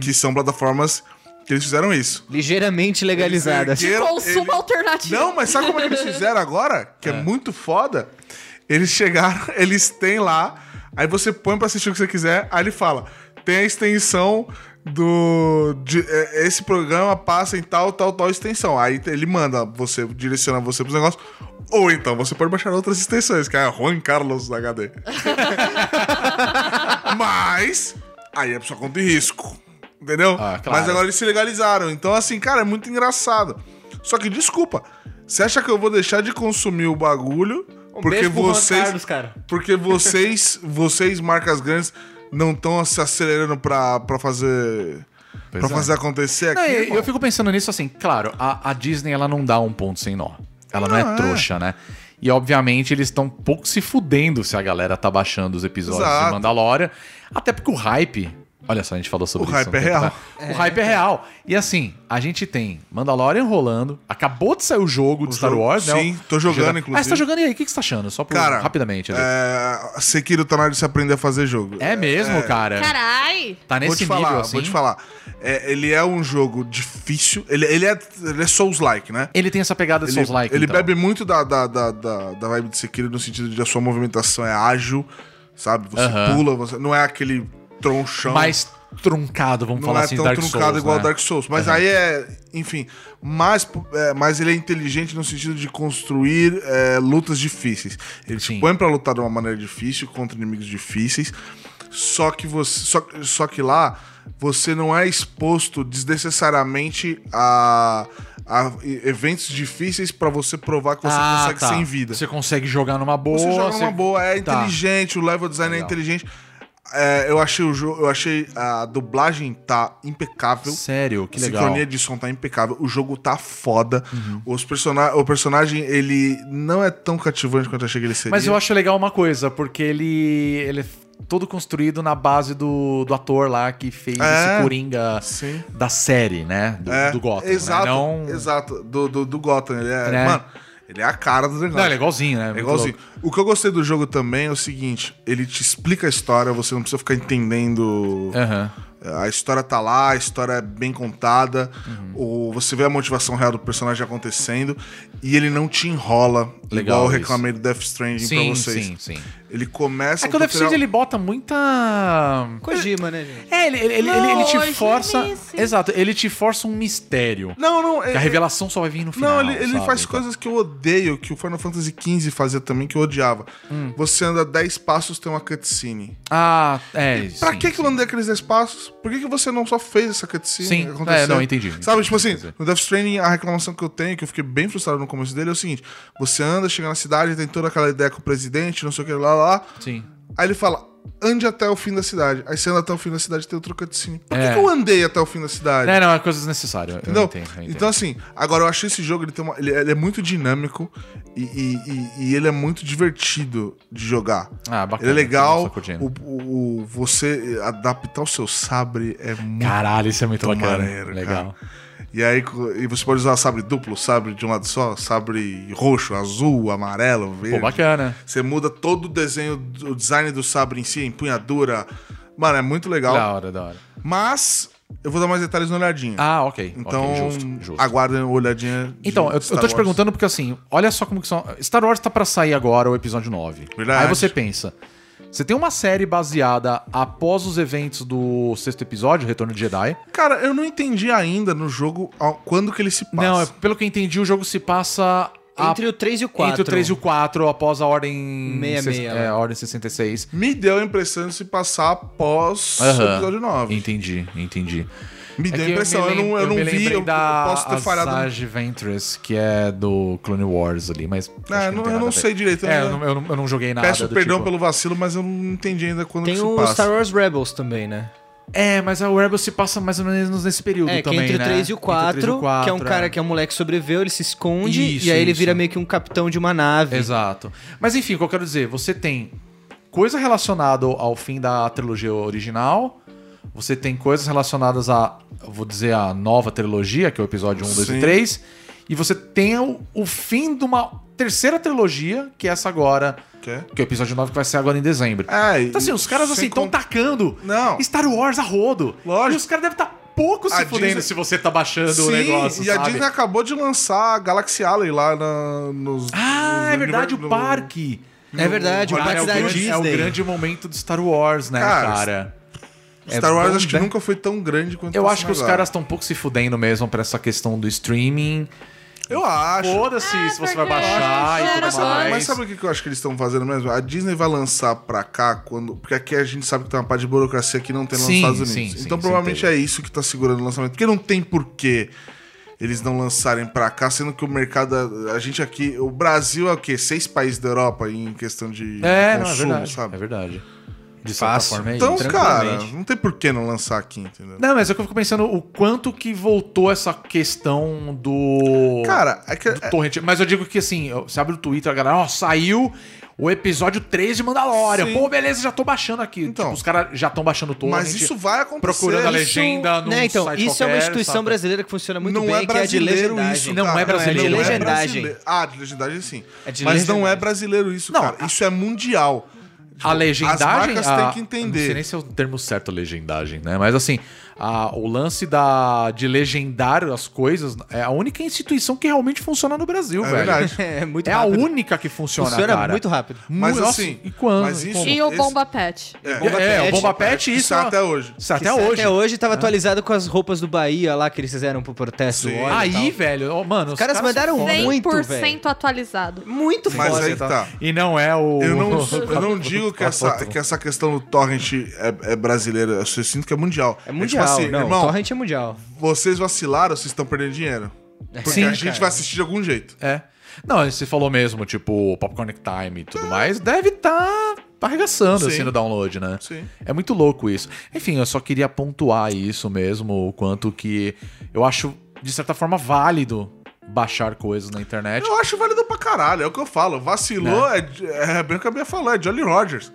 S6: que são plataformas que eles fizeram isso.
S7: Ligeiramente Um legalizada.
S6: Eles ergueram-
S8: Consumo
S6: eles-
S8: alternativo.
S6: Não, mas sabe como é que eles fizeram agora? Que é. muito foda. Eles chegaram, eles têm lá, aí você põe pra assistir o que você quiser, aí ele fala: tem a extensão do. de- é, esse programa passa em tal, tal, tal extensão. Aí ele manda você, direciona você pros negócios. Ou então você pode baixar outras extensões, que é Juan Carlos da HD. Mas aí é pra sua conta e risco. Entendeu?
S5: Ah, claro.
S6: Mas agora eles se legalizaram. Então, assim, cara, é muito engraçado. Só que, desculpa, você acha que eu vou deixar de consumir o bagulho
S5: Um
S6: porque
S7: beijo pro Juan
S6: vocês.
S7: Carlos, cara.
S6: Porque vocês, vocês, marcas grandes, não estão se acelerando pra, pra fazer. pra
S5: é.
S6: fazer acontecer aqui.
S5: Não, e-
S6: irmão?
S5: eu fico pensando nisso assim, claro, a, a Disney ela não dá um ponto sem nó. Ela não,
S6: Não, é.
S5: é trouxa, né? E obviamente eles estão pouco se fudendo se a galera tá baixando os episódios
S6: Exato.
S5: de Mandalorian. Até porque o hype. Olha só, a gente falou sobre
S6: O
S5: isso.
S6: hype
S5: um
S6: é
S5: tempo
S6: real.
S5: atrás. O hype é real. E assim, a gente tem Mandalorian rolando. Acabou de sair o jogo de Star
S6: jogo,
S5: Wars, né?
S6: sim,
S5: O-
S6: tô jogando,
S5: Jedi- Ah, você
S6: inclusive.
S5: tá jogando e aí? O que, que você tá achando? Só por,
S6: Cara,
S5: rapidamente. ali.
S6: É, Sekiro tá na hora de se aprender a fazer jogo.
S5: É, mesmo, cara?
S8: Carai.
S5: Tá nesse
S6: vou te falar,
S5: nível, assim.
S6: vou te falar. É, ele é um jogo difícil. Ele, ele é, ele é Souls-like, né?
S5: Ele tem essa pegada de
S6: Ele,
S5: Souls-like,
S6: ele
S5: então.
S6: bebe muito da, da, da, da, da vibe de Sekiro no sentido de a sua movimentação é ágil, sabe? Você
S5: Aham.
S6: pula, você não é aquele tronchão.
S5: mais truncado, vamos
S6: não
S5: falar
S6: é
S5: assim,
S6: tão
S5: Dark
S6: truncado
S5: Souls,
S6: igual
S5: né?
S6: Dark Souls. Mas aí é, enfim, mais, é, mas ele é inteligente no sentido de construir é, lutas difíceis. Ele te
S5: Sim.
S6: põe pra lutar de uma maneira difícil, contra inimigos difíceis. Só que você. Só, só que lá você não é exposto desnecessariamente a, a e- eventos difíceis pra você provar que você consegue
S5: tá.
S6: ser em vida.
S5: Você consegue jogar numa boa.
S6: Você joga
S5: você-
S6: numa boa, é
S5: Tá.
S6: inteligente, o level design é
S5: Legal.
S6: inteligente. É, eu achei o jogo, eu achei a dublagem tá impecável.
S5: Sério, que
S6: a
S5: legal. Uhum.
S6: sincronia de som tá impecável, o jogo tá foda. Os persona o personagem, ele não é tão cativante quanto eu achei que ele seria.
S5: Mas eu acho legal uma coisa, porque ele, ele é todo construído na base do, do ator lá que fez
S6: É.
S5: esse Coringa
S6: Sim.
S5: da série, né? Do,
S6: é,
S5: do Gotham. né?
S6: Exato,
S5: Não,
S6: exato. Do, do, do Gotham. Ele é,
S5: Né?
S6: Mano, ele é a cara do negócio.
S5: não, ele é igualzinho, né?
S6: É
S5: Muito
S6: igualzinho.
S5: louco.
S6: O que eu gostei do jogo também é o seguinte: ele te explica a história, você não precisa ficar entendendo
S5: Aham.
S6: A história tá lá, a história é bem contada,
S5: Uhum.
S6: o, você vê a motivação real do personagem acontecendo e ele não te enrola,
S5: Legal
S6: igual eu
S5: isso.
S6: reclamei do Death Stranding
S5: Sim,
S6: pra vocês.
S5: sim, sim.
S6: Ele começa.
S5: É que o Death Stranding,
S6: tutorial-
S5: ele bota muita.
S7: Kojima, né, gente?
S5: É, ele, ele, ele,
S8: Não,
S5: ele
S8: hoje
S5: te força.
S8: nem sei.
S5: Exato, ele te força um mistério.
S6: Não, não.
S5: Que a
S6: é-
S5: revelação só vai vir no final.
S6: Não, ele, ele
S5: sabe?
S6: faz
S5: Então,
S6: coisas que eu odeio, que o Final Fantasy XV fazia também, que eu odiava.
S5: Hum.
S6: Você anda 10 passos, tem uma cutscene.
S5: Ah, é.
S6: pra
S5: sim,
S6: que que eu andei aqueles 10 passos? Por que, que você não só fez essa cutscene
S5: Sim,
S6: acontecer?
S5: é, não, entendi.
S6: Sabe, tipo assim,
S5: Entendi.
S6: no Death Stranding, a reclamação que eu tenho, que eu fiquei bem frustrado no começo dele, é o seguinte: você anda, chega na cidade, tem toda aquela ideia com o presidente, não sei o que, lá, lá, lá.
S5: Sim.
S6: Aí ele fala. Ande até o fim da cidade. Aí você anda até o fim da cidade e tem outro cutscene. Por que,
S5: É.
S6: que eu andei até o fim da cidade?
S5: É, não, é coisa desnecessária. Eu
S6: Entendeu?
S5: entendo, eu entendo.
S6: Então, assim, agora eu achei esse jogo, ele, tem uma- ele- ele é muito dinâmico e, e- e- e ele é muito divertido de jogar.
S5: Ah, bacana,
S6: Ele é
S5: tô
S6: legal.
S5: curtindo.
S6: O, o- o- você adaptar o seu sabre é muito.
S5: Caralho, isso é muito bacana.
S6: maneiro,
S5: Legal.
S6: E aí co- e você pode usar sabre duplo, sabre de um lado só, sabre roxo, azul, amarelo, verde.
S5: Pô, bacana.
S6: Você muda todo o desenho, o design do sabre em si, a empunhadura. Mano, é muito legal.
S5: Da hora, da hora.
S6: Mas eu vou dar mais detalhes na olhadinha.
S5: Ah, ok.
S6: Então,
S5: ok, justo, justo.
S6: aguardem a olhadinha. de
S5: Então, eu, eu
S6: Star
S5: tô te
S6: Wars.
S5: perguntando porque assim, olha só como que são. Star Wars tá pra sair agora o episódio 9.
S6: Verdade.
S5: Aí você pensa. Você tem uma série baseada após os eventos do sexto episódio, Retorno de Jedi.
S6: Cara, eu não entendi ainda no jogo ao- quando que ele se passa.
S5: Não, é- pelo que eu entendi, o jogo se passa a-
S7: Entre o 3 e o 4.
S5: entre o 3 e o 4, após a Ordem.
S7: 66,
S5: ses-
S7: né?
S5: É, a Ordem 66.
S6: Me deu a impressão de se passar após o
S5: Aham.
S6: episódio 9.
S5: Entendi, entendi.
S6: Me deu
S5: É
S6: a
S5: que
S6: impressão, eu,
S5: me lem-
S6: não, eu não
S5: me
S6: vi,
S5: lembrei
S6: eu, eu
S5: da
S6: posso ter falhado. no-
S5: Asajj Ventress, que é do Clone Wars ali, mas. acho que
S6: É, eu
S5: tem
S6: não,
S5: nada
S6: eu não
S5: a ver.
S6: sei direito.
S5: É,
S6: eu
S5: eu não, eu não- eu não joguei nada.
S6: Peço
S5: do
S6: perdão
S5: tipo-
S6: pelo vacilo, mas eu não entendi ainda quando é
S7: Tem
S6: que
S7: o
S6: se passa.
S7: Star Wars Rebels também, né?
S5: É, mas a Rebels se passa mais ou menos nesse período
S7: É, que
S5: também,
S7: entre
S5: né?
S7: o 3 e o
S5: Entre
S7: 4,
S5: o três e o quatro,
S7: que é um cara que é um moleque que sobreviveu, ele se esconde
S5: Isso,
S7: e aí ele vira
S5: isso.
S7: meio que um capitão de uma nave.
S5: Exato. Mas enfim, o que eu quero dizer, você tem coisa relacionada ao fim da trilogia original, você tem coisas relacionadas a, eu vou dizer, a nova trilogia, que é o episódio 1, 2
S6: Sim.
S5: e 3, e você tem o, o fim de uma terceira trilogia, que é essa agora,
S6: Que é?
S5: que é o episódio 9 que vai ser agora em dezembro.
S6: É,
S5: Então assim, os caras assim
S6: sem
S5: estão
S6: contar-
S5: tacando
S6: Não.
S5: Star Wars a rodo.
S6: Lógico.
S5: E os caras devem estar pouco se
S6: A
S5: fudendo
S6: Disney-
S5: se você tá baixando
S6: Sim,
S5: o negócio,
S6: e a
S5: sabe?
S6: Disney acabou de lançar a Galaxy Alley lá na, nos.
S5: Ah,
S6: nos
S5: é verdade,
S6: univer-
S5: o
S6: no-
S5: parque.
S7: É verdade, o
S5: Cara, é,
S7: parque
S5: o
S7: da
S5: grande,
S7: Disney.
S5: é o grande momento do Star Wars, né,
S6: Cara,
S5: cara?
S6: Star
S5: É
S6: Wars
S5: bom,
S6: acho que
S5: né?
S6: nunca foi tão grande quanto
S5: Eu
S6: tá
S5: acho que
S6: sendo
S5: os
S6: agora.
S5: caras estão um pouco se fudendo mesmo pra essa questão do streaming.
S6: Eu acho.
S5: Foda-se se você vai
S8: verdade.
S5: baixar
S8: Não,
S5: e
S8: mas
S5: tudo
S8: sabe-
S5: mais.
S6: Mas sabe o que que eu acho que eles estão fazendo mesmo? A Disney vai lançar pra cá quando. Porque aqui a gente sabe que tem uma parte de burocracia que não tem lá nos
S5: Sim,
S6: Estados Unidos.
S5: sim, sim,
S6: então
S5: sim,
S6: provavelmente
S5: teve.
S6: é isso que tá segurando o lançamento. Porque não tem porquê eles não lançarem pra cá, sendo que o mercado. A gente aqui. O Brasil é o quê? Seis países da Europa em questão de
S5: É, não, é
S6: consumo,
S5: verdade.
S6: sabe?
S5: É verdade. De certa
S7: Fácil.
S5: forma, é
S6: Então,
S5: isso.
S6: cara, não tem porquê não lançar aqui, entendeu?
S5: Não, mas é que eu fico pensando o quanto que voltou essa questão do.
S6: Cara, é que.
S5: do
S6: É,
S5: torrent. Mas eu digo que assim, eu- você abre o Twitter, a galera, ó, saiu o episódio 3 de Mandalorian.
S6: Sim.
S5: Pô, beleza, já tô baixando aqui.
S6: Então.
S5: Tipo, os caras já estão baixando todo.
S6: mas
S5: a gente
S6: isso vai acontecer.
S5: procurando a
S6: Isso-
S5: legenda no
S7: né, então,
S5: site
S7: isso é uma
S5: qualquer,
S7: instituição
S5: sabe?
S7: brasileira que funciona muito
S6: não
S7: bem,
S6: é
S7: que é a de
S6: brasileiro
S7: legendagem.
S6: isso,
S5: Não
S6: cara.
S5: é brasileiro.
S7: de
S5: Não é
S7: legendagem.
S6: brasileiro. Ah, de legendagem sim.
S7: É de
S6: Mas não é
S7: legendagem.
S6: brasileiro isso,
S5: Não,
S6: cara.
S5: a-
S6: Isso é mundial.
S5: A legendagem.
S6: As marcas
S5: a-
S6: têm que
S5: Não sei nem
S6: entender.
S5: se é o termo certo, legendagem, né? Mas assim, a- o lance da, de legendar as coisas é a única instituição que realmente funciona no Brasil,
S6: É
S5: velho.
S6: verdade.
S7: É muito
S5: É a
S7: rápido.
S5: única que funciona,
S7: Funciona
S5: cara.
S7: muito rápido.
S6: Mas
S5: Nossa,
S6: assim,
S5: e quando?
S6: mas isso-
S5: Como?
S8: E o
S6: Esse-
S8: Bomba Pet.
S5: É, é, o
S7: Pet.
S5: Bomba Pet, isso.
S6: Isso até hoje.
S5: isso tá
S7: Que
S5: até
S7: se-
S5: hoje.
S7: tá
S5: É.
S7: Até hoje tava atualizado com as roupas do Bahia lá que eles fizeram pro protesto
S6: Sim.
S7: do óleo. e
S5: Aí,
S7: tal.
S5: velho, ó, mano. Os
S7: caras
S5: são
S7: mandaram
S5: foda.
S7: bem. Muito,
S8: 100% atualizado.
S7: muito
S6: Mas
S7: foda.
S6: aí que tá.
S5: E não é o.
S6: Eu não, eu não digo que essa, que essa questão do torrent é, é brasileira. Eu só sinto que é mundial.
S7: É mundial,
S6: tipo assim,
S7: não,
S6: irmão,
S7: torrent é mundial.
S6: vocês vacilaram, vocês estão perdendo dinheiro. Porque
S5: Sim,
S6: a gente
S7: É, cara.
S6: vai assistir de algum jeito.
S5: É. Não, você falou mesmo, tipo, Popcorn Time e tudo mais, deve estar tá arregaçando,
S6: Sim.
S5: assim, no download, né?
S6: Sim.
S5: É muito louco isso. Enfim, eu só queria pontuar isso mesmo, o quanto que eu acho, de certa forma, válido baixar coisas na internet.
S6: Eu acho válido pra caralho, é o que eu falo. Vacilou,
S7: Né?
S6: é, é, bem o que a Bia falou, é Jolly Rogers.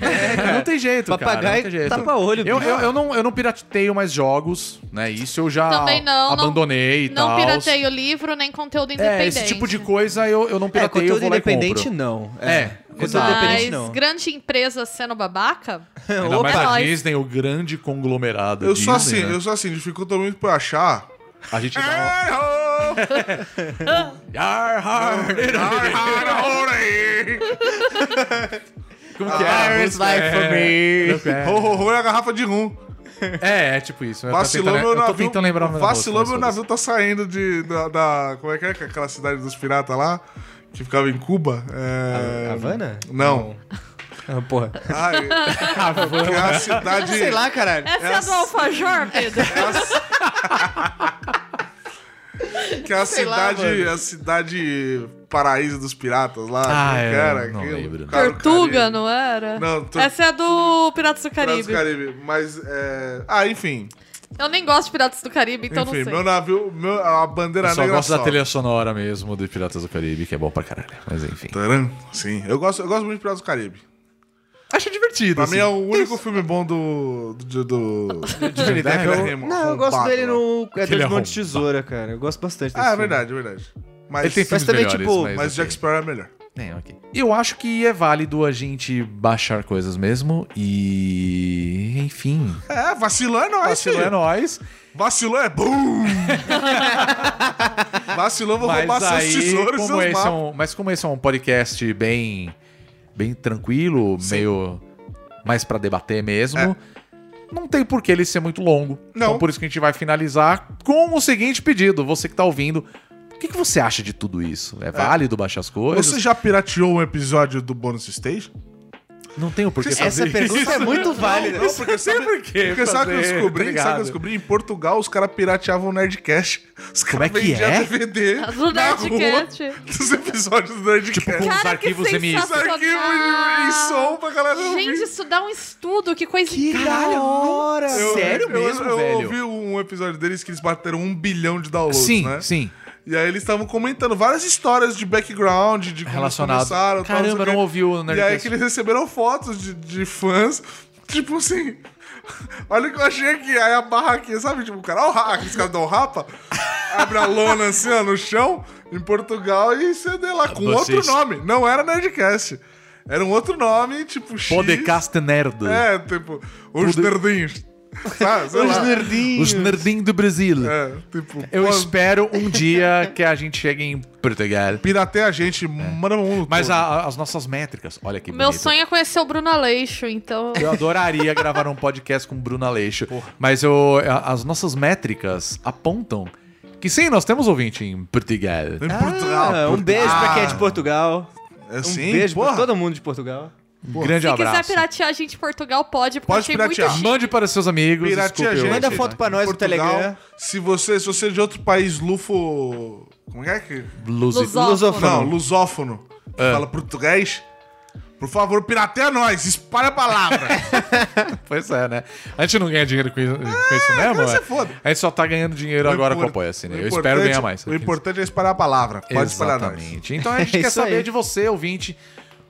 S5: É, cara, não tem jeito, cara. Não
S7: Papagaio
S5: tem jeito.
S7: tapa olho,
S5: Eu,
S7: bicho.
S5: eu, eu não, eu não pirateio mais jogos, né? Isso eu já
S8: Também não, não-
S5: abandonei e
S8: Não
S5: tal.
S8: pirateio livro nem conteúdo
S5: É,
S8: independente.
S5: esse tipo de coisa eu, eu não
S7: É,
S5: pirateio, eu
S7: conteúdo
S5: vou lá e
S7: independente
S5: compro.
S7: não.
S5: É,
S7: Conteúdo
S5: Exato.
S7: independente,
S8: Mas
S7: não.
S8: grande empresa sendo babaca,
S5: Ainda mais
S8: É
S5: a
S8: nóis.
S5: Disney, o grande conglomerado.
S6: Eu
S5: Disney,
S6: sou assim,
S5: né?
S6: eu sou assim, dificulta muito pra eu achar.
S5: A
S8: É,
S5: gente dá uma... Yar, har, Como que é?
S7: Iris life for me.
S5: É,
S6: Ho, ho, ho é a garrafa de rum.
S5: é, é tipo isso. Eu tô
S6: Vacilou
S5: tentando-
S6: meu
S5: Eu tô
S6: navio.
S5: tentando lembrar o nome da
S6: vacilou
S5: música,
S6: meu
S5: mas
S6: navio tá saindo de, da, da- Como é que é? que é Aquela cidade dos piratas lá? Que ficava em Cuba? É...
S7: Havana?
S6: Não.
S7: Ah, porra.
S6: Ah, é- que é a cidade.
S7: Sei lá, caralho.
S8: essa é a do Alfajor, Pedro.
S6: Que é a
S7: Sei lá,
S6: cidade.
S7: mano.
S6: a cidade paraíso dos piratas lá. é
S5: Ah,
S6: que
S5: eu
S6: era,
S5: não
S6: que-
S5: lembro.
S6: cara, o
S8: Tortuga,
S6: Caribe.
S8: não era?
S6: Não, Tor-
S8: Essa é a do Piratas do Caribe.
S6: Piratas do Caribe. Mas. É... Ah, enfim.
S8: Eu nem gosto de Piratas do Caribe, então
S6: enfim,
S8: não sei.
S6: meu é navio. meu- a bandeira
S5: Eu só
S6: negra.
S5: gosto da trilha sonora mesmo de Piratas do Caribe, que é bom pra caralho. Mas enfim.
S6: Taran. Sim. Eu gosto, eu gosto muito de Piratas do Caribe.
S5: Acho divertido.
S6: Pra
S5: assim.
S6: mim é o único filme bom do. do. do, do Johnny Depp.
S5: Eu-
S6: Arremo-
S7: Não, eu gosto
S6: arrombado
S7: dele
S5: né?
S6: lá.
S7: no. É
S5: Aquele
S7: dois
S5: arrombado.
S7: montes de tesoura, cara. Eu gosto bastante desse
S6: Ah, é
S7: filme.
S6: verdade, é verdade. Mas,
S5: Ele tem filmes
S7: Mas também,
S5: melhores,
S7: tipo,
S5: mas, assim.
S6: mas Jack
S5: ok.
S6: Sparrow é melhor.
S5: É, ok. Eu acho que é válido a gente baixar coisas mesmo e. Enfim.
S6: É, vacilou é nóis,
S5: Vacilou é
S6: filho.
S5: nóis.
S6: Vacilou é boom! vacilou, vou
S5: Mas
S6: roubar seus
S5: aí,
S6: tesouros e
S5: como
S6: seus
S5: esse é
S6: mapas.
S5: um, mas como esse é um podcast bem, bem tranquilo, meio mais pra debater mesmo, não tem por que ele ser muito longo.
S6: É. Não.
S5: Então por isso que a gente vai finalizar com o seguinte pedido. Você que tá ouvindo, o que, que você acha de tudo isso? É válido baixar as coisas?
S6: Você já pirateou um episódio do Bonus Stage?
S5: Não tem o porquê
S6: Você
S5: fazer
S7: Essa pergunta é muito válida.
S6: Não, porque sabe,
S5: por quê
S6: porque sabe o que eu
S5: fazer,
S6: descobri?
S5: tá
S6: sabe o que eu
S5: ligado?
S6: descobri? Em Portugal, os caras pirateavam o Nerdcast. Os
S5: Como é
S6: caras
S5: que
S6: vendiam
S5: é?
S6: DVD
S8: Do
S6: na
S8: Nerdcast.
S6: rua dos episódios do Nerdcast.
S5: Tipo, com-
S6: os
S5: Os
S8: Cara, que
S5: arquivos M.
S8: sensacional.
S5: Os
S6: arquivos em- em som pra galera
S8: Gente,
S6: ouvir.
S8: isso dá um estudo, que coisa incrível.
S7: Caralho, hora.
S5: sério
S6: eu,
S5: mesmo,
S6: eu,
S5: velho?
S6: ouvi um episódio deles que eles bateram um bilhão de downloads,
S5: Sim,
S6: né?
S5: sim.
S6: E aí eles estavam comentando várias histórias de background, de como
S5: Relacionado.
S6: eles começaram. tal,
S5: Caramba,
S6: sei o quê.
S5: não ouvi o
S6: E aí
S5: Nerdcast.
S6: que eles receberam fotos de, de fãs, tipo assim... Olha o que eu achei aqui, aí a barra aqui, sabe? Tipo, o cara, ó, o rapa, aqueles caras dão o rapa, abre a lona assim, ó, no chão, em Portugal, e CD lá, com
S5: Vocês-
S6: outro nome. Não era Nerdcast. Era um outro nome, tipo X.
S5: Podcast Nerd.
S6: É, tipo, os
S5: Pode-
S6: nerdinhos. Sabe? Sei lá.
S5: Os Nerdinhos do Brasil.
S6: É, tipo,
S5: Eu
S6: pô,
S5: espero um dia que a gente chegue em Portugal.
S6: pirateia a gente, manda o mundo
S5: É. Mas
S6: todo.
S5: a- as nossas métricas, olha que
S8: Meu
S5: bonito.
S8: sonho é conhecer o Bruno Aleixo, então...
S5: Eu adoraria gravar um podcast com o Bruno Aleixo. Mas eu- a- as nossas métricas apontam que sim, nós temos ouvinte em Portugal.
S6: Em Portugal.
S7: Ah, um beijo pra quem é de
S6: Ah,
S7: Portugal.
S6: É
S7: Um
S6: sim,
S7: beijo
S6: porra.
S7: pra todo mundo de Portugal.
S5: Um grande
S8: Se quiser
S5: abraço.
S8: piratear a gente em Portugal, pode, porque
S6: Pode
S8: tem
S6: piratear.
S8: muito
S5: Mande para seus amigos.
S6: Piratia,
S5: desculpe, eu- né?
S6: gente.
S7: Manda foto pra nós no
S6: Portugal,
S7: Telegram.
S6: Se você, se você é de outro país lufo... Como é que...
S5: Lusi-
S8: Lusófono.
S6: Não,
S7: Lusófono.
S6: lusófono.
S5: É.
S6: Fala português. Por favor, pirateia nós. Espalha a palavra.
S5: Pois é, né? A gente não ganha dinheiro com isso, com isso mesmo?
S6: cara, Ah, você
S5: é?
S6: foda.
S5: A gente só tá ganhando dinheiro
S6: O
S5: agora com o
S6: impor-
S5: Apoia-se, né?
S6: o
S5: Eu espero ganhar
S6: importante-
S5: mais.
S6: O importante é espalhar a palavra. Pode espalhar nós.
S5: Exatamente. Então a gente
S7: É
S5: quer
S7: isso
S5: saber
S7: aí.
S5: de você, ouvinte,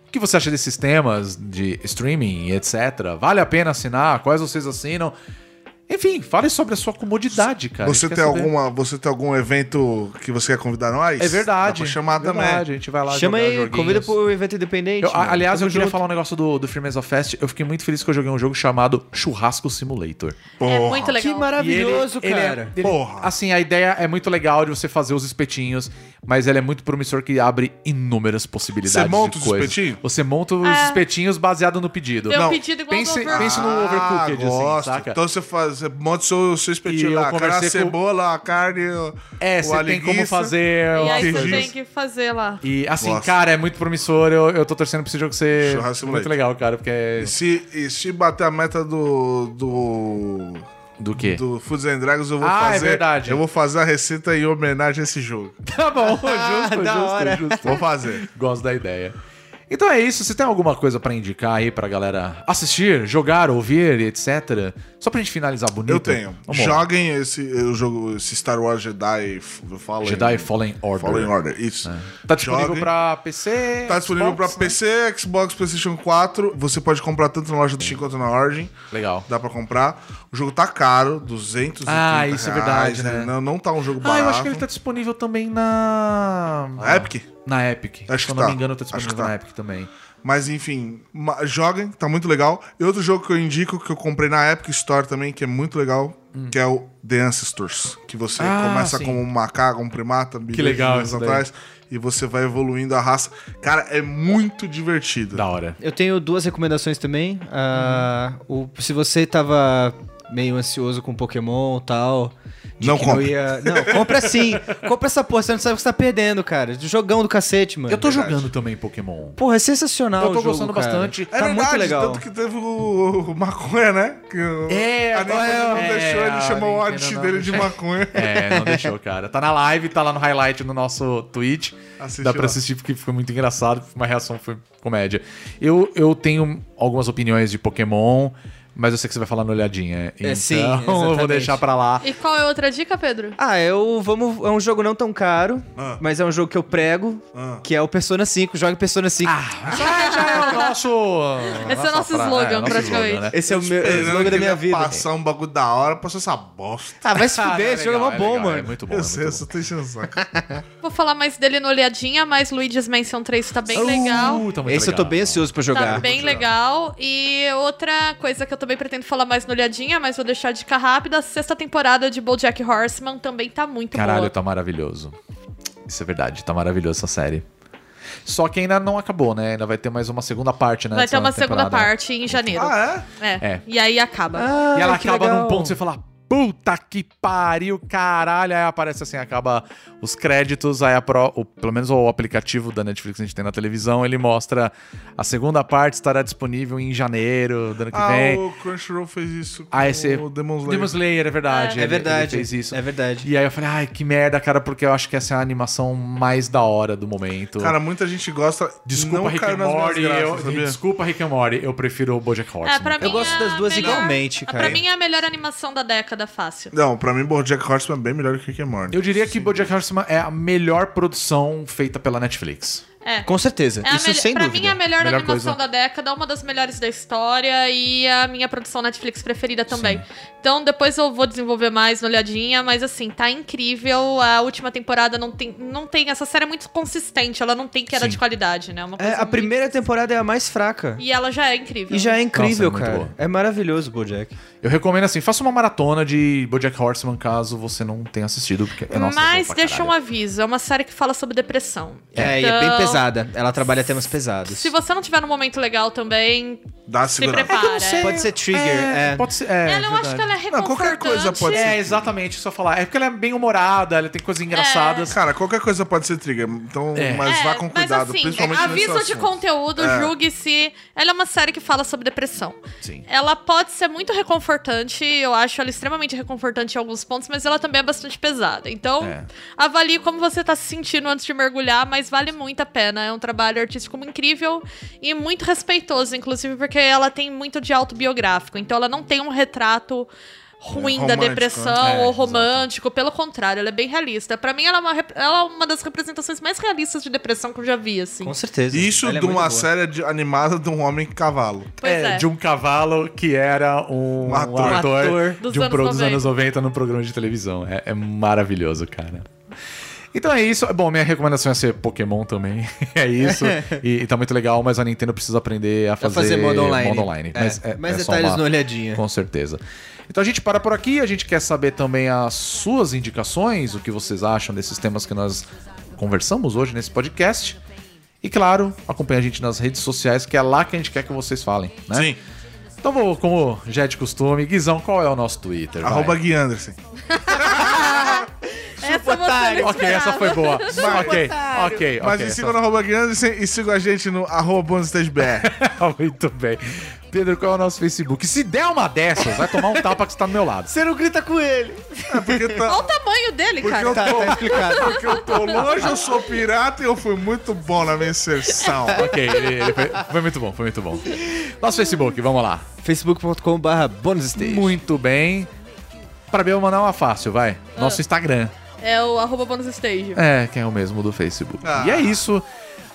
S5: o que você acha desses temas de streaming, etc. Vale a pena assinar? Quais vocês assinam? Enfim, fale sobre a sua comodidade, cara. A gente
S6: Você
S5: quer
S6: tem,
S5: saber.
S6: alguma, você tem algum evento que você quer convidar nós?
S5: É verdade.
S6: Dá pra chamar
S5: é verdade.
S6: também.
S5: A gente vai lá
S7: Chama
S5: jogar
S7: aí,
S5: joguinhos.
S7: convida pro evento independente.
S5: Eu, a-
S7: mano.
S5: aliás,
S7: Tamo
S5: eu queria
S7: junto.
S5: falar um negócio do, do Firmeza Fest. Eu fiquei muito feliz que eu joguei um jogo chamado Churrasco Simulator.
S8: É muito
S7: Que
S8: legal.
S7: maravilhoso,
S5: E ele- ele é-
S7: cara.
S5: ele-
S6: Porra.
S5: Assim, a ideia é muito legal de você fazer os espetinhos, mas ela é muito promissor que abre inúmeras possibilidades.
S6: Você
S5: de
S6: monta os
S5: coisas.
S6: espetinhos?
S5: Você monta os
S8: É.
S5: espetinhos baseado no pedido.
S8: Deu
S6: Não, Ah,
S8: um pedido igual
S5: pense-
S8: do Overcooked.
S5: pense no Overcooked, assim,
S6: gosto.
S5: saca?
S6: Então você, faz, você monta o seu, seu espetinho
S5: E eu
S6: lá, cara, a
S5: conversei com-
S6: cebola, a carne, o-
S5: É,
S6: o
S5: você tem
S6: aliguiça.
S5: como fazer.
S8: E aí você
S5: uma-
S6: Entendi.
S8: tem que fazer lá.
S5: E assim,
S6: Nossa.
S5: cara, é muito promissor. Eu, eu tô torcendo pra esse jogo ser
S6: Churrasco Simulator.
S5: muito legal, cara, porque. é
S6: E se, e se bater a meta do. do.
S5: Do quê?
S6: do Foods and Dragons, eu vou
S5: Ah, é
S6: fazer.
S5: verdade.
S6: Eu vou fazer a receita em homenagem a esse jogo.
S5: Tá bom, justo,
S6: Ah,
S7: da
S5: justo,
S7: hora.
S5: justo.
S6: Vou fazer.
S5: Gosto da ideia. Então é isso. Você tem alguma coisa pra indicar aí pra galera assistir, jogar, ouvir, etc? Só pra gente finalizar bonito.
S6: Eu tenho.
S5: Vamos lá.
S6: Joguem esse o jogo, esse Star Wars Jedi Fallen,
S5: Jedi Fallen Order.
S6: Fallen Order. Isso.
S5: Tá disponível
S6: Joguem.
S5: pra PC?
S6: Tá disponível
S5: Xbox,
S6: pra
S5: né?
S6: PC, Xbox, PlayStation 4. Você pode comprar tanto na loja do Steam quanto na Origin.
S5: né? Legal.
S6: Dá pra comprar. O jogo tá caro, 230
S5: Ah, isso é
S6: reais,
S5: verdade, né?
S6: Não, não tá um jogo
S5: Ah,
S6: barato.
S5: eu acho que ele tá disponível também na.
S6: Na Epic?
S5: Na Epic.
S6: Acho
S5: Se
S6: que
S5: eu não
S6: tá.
S5: me engano, tá
S6: Acho
S5: disponível
S6: que tá.
S5: na Epic também.
S6: Mas enfim, ma- joguem, tá muito legal. E outro jogo que eu indico, que eu comprei na Epic Store também, que é muito legal, que é o The Ancestors. Que você
S5: Hum. Ah,
S6: começa
S5: sim.
S6: como um macaco, um primata, bilhões de
S5: legal
S6: anos
S5: isso daí.
S6: atrás, e você vai evoluindo a raça. Cara, é muito divertido.
S5: Da hora.
S7: Eu tenho duas recomendações também. Ah, o- se você tava meio ansioso com Pokémon e tal. de
S6: Não
S7: que
S6: compra.
S7: ia- Não, compra sim. compra essa porra, você não sabe o que você tá perdendo, cara. Jogão do cacete, mano.
S5: Eu tô jogando também Pokémon.
S7: Porra, é sensacional.
S5: Eu tô
S7: o jogo,
S5: gostando
S7: cara.
S5: bastante.
S7: Tá muito legal.
S6: É tanto que teve o, o maconha, né? Que o-
S5: É,
S6: a Nintendo
S5: é,
S6: não
S5: é,
S6: deixou,
S5: a
S6: ele chamou o
S5: Nintendo
S6: Odyssey
S5: não
S6: dele de maconha.
S5: É, não deixou, cara. Tá na live, tá lá no highlight no nosso Twitch.
S6: Assiste
S5: Dá pra
S6: lá.
S5: assistir porque foi muito engraçado, uma reação foi comédia. Eu, eu tenho algumas opiniões de Pokémon, mas eu sei que você vai falar no olhadinha. Então,
S7: É, sim,
S5: eu vou
S7: exatamente.
S5: deixar pra lá.
S8: E qual é outra dica, Pedro?
S7: Ah, eu vamos. É um jogo não tão caro,
S6: Ah.
S7: mas é um jogo que eu prego,
S6: Ah.
S7: que é o Persona 5. Joga Persona 5.
S5: Ah, Já, já é o nosso.
S8: Esse é o nosso slogan, praticamente.
S5: né?
S7: Esse é o meu é o slogan
S6: Esperando
S7: da
S6: que
S7: minha
S6: ele
S7: vida.
S6: ia Passar um bagulho da hora, passou essa bosta.
S7: Ah, vai se
S5: Ah, não,
S7: fuder,
S5: é
S7: esse jogo é
S5: legal,
S7: mó bom,
S5: legal,
S7: mano.
S5: É muito bom. é
S6: Eu
S5: muito
S6: sei, eu
S5: bom.
S6: só tô enchendo o saco.
S8: Vou falar mais dele no olhadinha, mas Luigi's Mansion 3 tá bem legal.
S5: Uh, tá muito
S7: é Esse eu tô
S5: legal.
S7: bem ansioso pra jogar.
S8: Tá bem legal. E outra coisa que eu também pretendo falar mais no olhadinha, mas vou deixar a dica rápida. A sexta temporada de BoJack Horseman também tá
S7: é
S8: muito
S5: Caralho,
S8: boa.
S5: tá maravilhoso. Isso é verdade, tá maravilhoso essa série. Só que ainda não acabou, né? Ainda vai ter mais uma segunda parte, né?
S8: Vai ter
S5: dessa
S8: uma segunda
S5: temporada.
S8: parte em janeiro.
S6: Ah,
S8: é?
S5: É.
S8: E aí acaba.
S7: Ah,
S5: E ela
S7: que
S5: acaba
S7: legal.
S5: num ponto, você fala, puta que pariu, caralho. Aí aparece assim, acaba os créditos, aí a pro, o- pelo menos o aplicativo da Netflix que a gente tem na televisão, ele mostra a segunda parte estará disponível em janeiro do ano
S6: é?
S5: que
S6: Ah,
S5: vem.
S6: o Crunchyroll fez isso com
S5: Aí você.
S6: o Demon Slayer.
S5: Ah, Demon Slayer, é verdade. ele-
S7: É
S5: ele
S7: verdade.
S5: fez isso.
S7: É verdade.
S5: E aí eu falei, ai, que merda, cara, porque eu acho que essa é a animação mais da hora do momento.
S6: Cara, muita gente gosta.
S5: desculpa,
S6: não
S5: Rick
S6: caiu
S5: and
S6: nas minhas
S5: Morty. eu-
S6: graças, sabia?
S5: desculpa, Rick and Morty. Eu prefiro o Bojack Horseman.
S7: Ah,
S8: É, pra
S5: cara.
S8: mim
S7: gosto
S8: é
S7: das
S8: a
S7: duas
S8: melhor-
S7: igualmente, cara.
S8: Pra mim é a melhor animação da década, fácil.
S6: Não, pra mim, Bojack Horseman é bem melhor que Rick and Morty.
S5: Eu diria que Bojack Horseman é a melhor produção feita pela Netflix.
S8: É.
S7: Com certeza.
S8: É a
S7: Isso
S8: melhor-
S7: sem
S8: pra
S7: dúvida.
S8: mim é a melhor,
S5: Melhor
S8: animação
S5: coisa.
S8: da década, uma das melhores da história e a minha produção Netflix preferida também. Então depois eu vou desenvolver mais no olhadinha, mas assim, tá incrível. A última temporada não tem, não tem. Essa série é muito consistente, ela não tem queda
S5: Sim.
S8: de qualidade, né? Uma
S7: É,
S8: coisa
S7: a
S8: muito-
S7: primeira temporada é a mais fraca.
S8: E ela já é incrível.
S7: E já é incrível,
S5: Nossa, é muito
S7: cara.
S5: boa.
S7: É maravilhoso, Bojack.
S5: Eu recomendo assim, faça uma maratona de Bojack Horseman caso você não tenha assistido, porque é nossa. é
S8: mas
S5: bom pra
S8: deixa um
S5: caralho.
S8: aviso, é uma série que fala sobre depressão.
S7: É, e é bem pesada. Ela trabalha temas pesados.
S8: Então, Se você não tiver num momento legal também,
S6: Dá a
S8: se
S6: segurança.
S7: É
S8: prepara.
S7: Pode ser trigger, é.
S5: Pode ser, é,
S8: Ela, eu acho que ela é
S6: Não,
S8: reconfortante.
S6: qualquer coisa pode ser.
S5: É, exatamente, só falar. É porque ela é bem humorada, ela tem coisas engraçadas.
S6: Cara, qualquer coisa pode ser trigger, então,
S5: É.
S6: mas
S8: É,
S6: vá com cuidado,
S8: mas assim,
S6: principalmente nesse
S8: aviso de
S6: assunto.
S8: conteúdo, julgue se. Ela é uma série que fala sobre depressão.
S5: Sim.
S8: Ela pode ser muito reconfortante, eu acho ela extremamente reconfortante em alguns pontos, mas ela também é bastante pesada. Então,
S5: É.
S8: avalie como você tá se sentindo antes de mergulhar, mas vale muito a pena. É um trabalho artístico incrível e muito respeitoso, inclusive porque ela tem muito de autobiográfico. Então, ela não tem um retrato ruim da
S6: romântico,
S8: depressão
S5: né? É,
S8: ou
S5: exato.
S8: romântico, pelo contrário, ela é bem realista. Pra mim, ela é, uma, rep- ela é uma das representações mais realistas de depressão que eu já vi, assim.
S7: Com certeza.
S6: Isso
S7: Ela é
S6: de
S7: muito
S6: uma
S7: boa.
S6: série de- animada de um homem com cavalo.
S8: Pois é.
S5: de um cavalo que era um,
S6: Um ator.
S5: um ator
S7: Um
S8: ator
S5: de um
S8: dos
S5: pro-
S8: anos
S5: dos anos 90 num programa de televisão. É, é maravilhoso, cara. Então é isso. Bom, minha recomendação é ser Pokémon também. é isso. E, e tá muito legal, mas a Nintendo precisa aprender a
S7: Pra
S5: fazer,
S7: É fazer modo online. É,
S5: Mas é,
S7: Mais
S5: é só
S7: detalhes
S5: uma-
S7: no olhadinha.
S5: Com certeza. Então a gente para por aqui. A gente quer saber também as suas indicações, o que vocês acham desses temas que nós conversamos hoje nesse podcast. E claro, acompanha a gente nas redes sociais, que é lá que a gente quer que vocês falem, né?
S6: Sim.
S5: Então vou, como já é de costume, Guizão, qual é o nosso Twitter? vai?
S6: Arroba Gui Anderson.
S8: Essa é você
S7: otário.
S8: não
S5: Ok, essa foi boa. ok,
S7: otário.
S5: ok,
S6: Mas
S5: ok.
S6: me
S5: essa-
S6: sigam no arroba Gui Anderson e sigam a gente no arroba bonusstagebr.
S5: Muito bem. Pedro, qual é o nosso Facebook? Se der uma dessas, vai tomar um tapa que você tá do meu lado.
S7: Você não grita com ele.
S6: Porque tá-
S8: Olha o tamanho dele,
S6: Porque
S8: cara.
S6: eu-
S7: Tá, tá explicado.
S6: Porque eu tô longe, eu sou pirata e eu fui muito bom na minha inserção.
S5: Ok, ele- ele foi, foi muito bom, foi muito bom. Nosso Facebook, vamos lá.
S7: Facebook.com.br bonusstage.
S5: Muito bem. Para Bel mandar uma fácil, vai.
S6: Ah.
S5: Nosso Instagram.
S8: É o arroba bonus stage.
S5: É, que é o mesmo do Facebook.
S6: Ah.
S5: E é isso.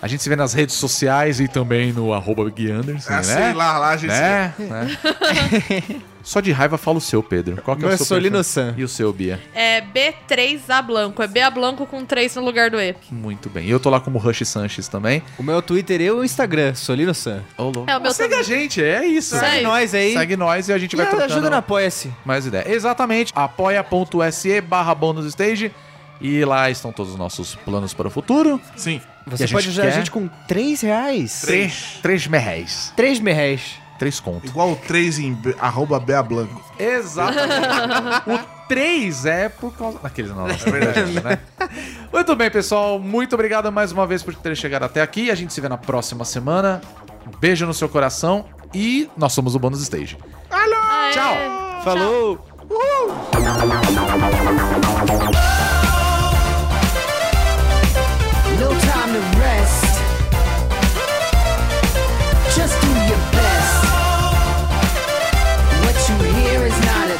S5: A gente se vê nas redes sociais e também no arroba Gui Anderson,
S6: Ah,
S5: né?
S6: sei lá, lá a gente.
S5: Né? Né? Só de raiva fala o seu, Pedro. Qual que é
S7: Meu
S5: o
S7: é
S5: seu
S7: Solino
S5: perfil?
S7: San.
S5: E o seu, Bia?
S8: É B3A Blanco. É BA Blanco com 3 no lugar do E.
S5: Muito bem. E eu tô lá como Rush Sanches também.
S7: O meu Twitter e o Instagram, Solino San.
S5: Ô, louco.
S8: É o meu
S5: Segue
S8: também.
S5: a gente, é isso.
S8: Segue
S5: É
S7: Segue
S5: isso.
S7: nós aí.
S5: Segue nós e a gente
S7: e
S5: vai trocando
S7: ajuda na Apoia-se.
S5: mais ideia. Exatamente. Apoia.se barra bônus stage. E lá estão todos os nossos planos para o futuro.
S6: Sim.
S5: E
S7: Você
S5: a
S7: pode
S5: gente
S7: ajudar a
S5: quer?
S7: gente com 3 reais.
S5: Três. Três merréis.
S7: 3 merréis.
S5: Três contos.
S6: Igual o 3 em B- arroba Bea Blanco.
S5: Exatamente. o 3 é por causa. Aqueles não, não, é verdade, né? Muito bem, pessoal. Muito obrigado mais uma vez por ter chegado até aqui. A gente se vê na próxima semana. Um beijo no seu coração e nós somos o Bônus Stage.
S8: Aê.
S5: Tchau.
S7: Falou!
S4: No time to rest. Just do your best. What you hear is not a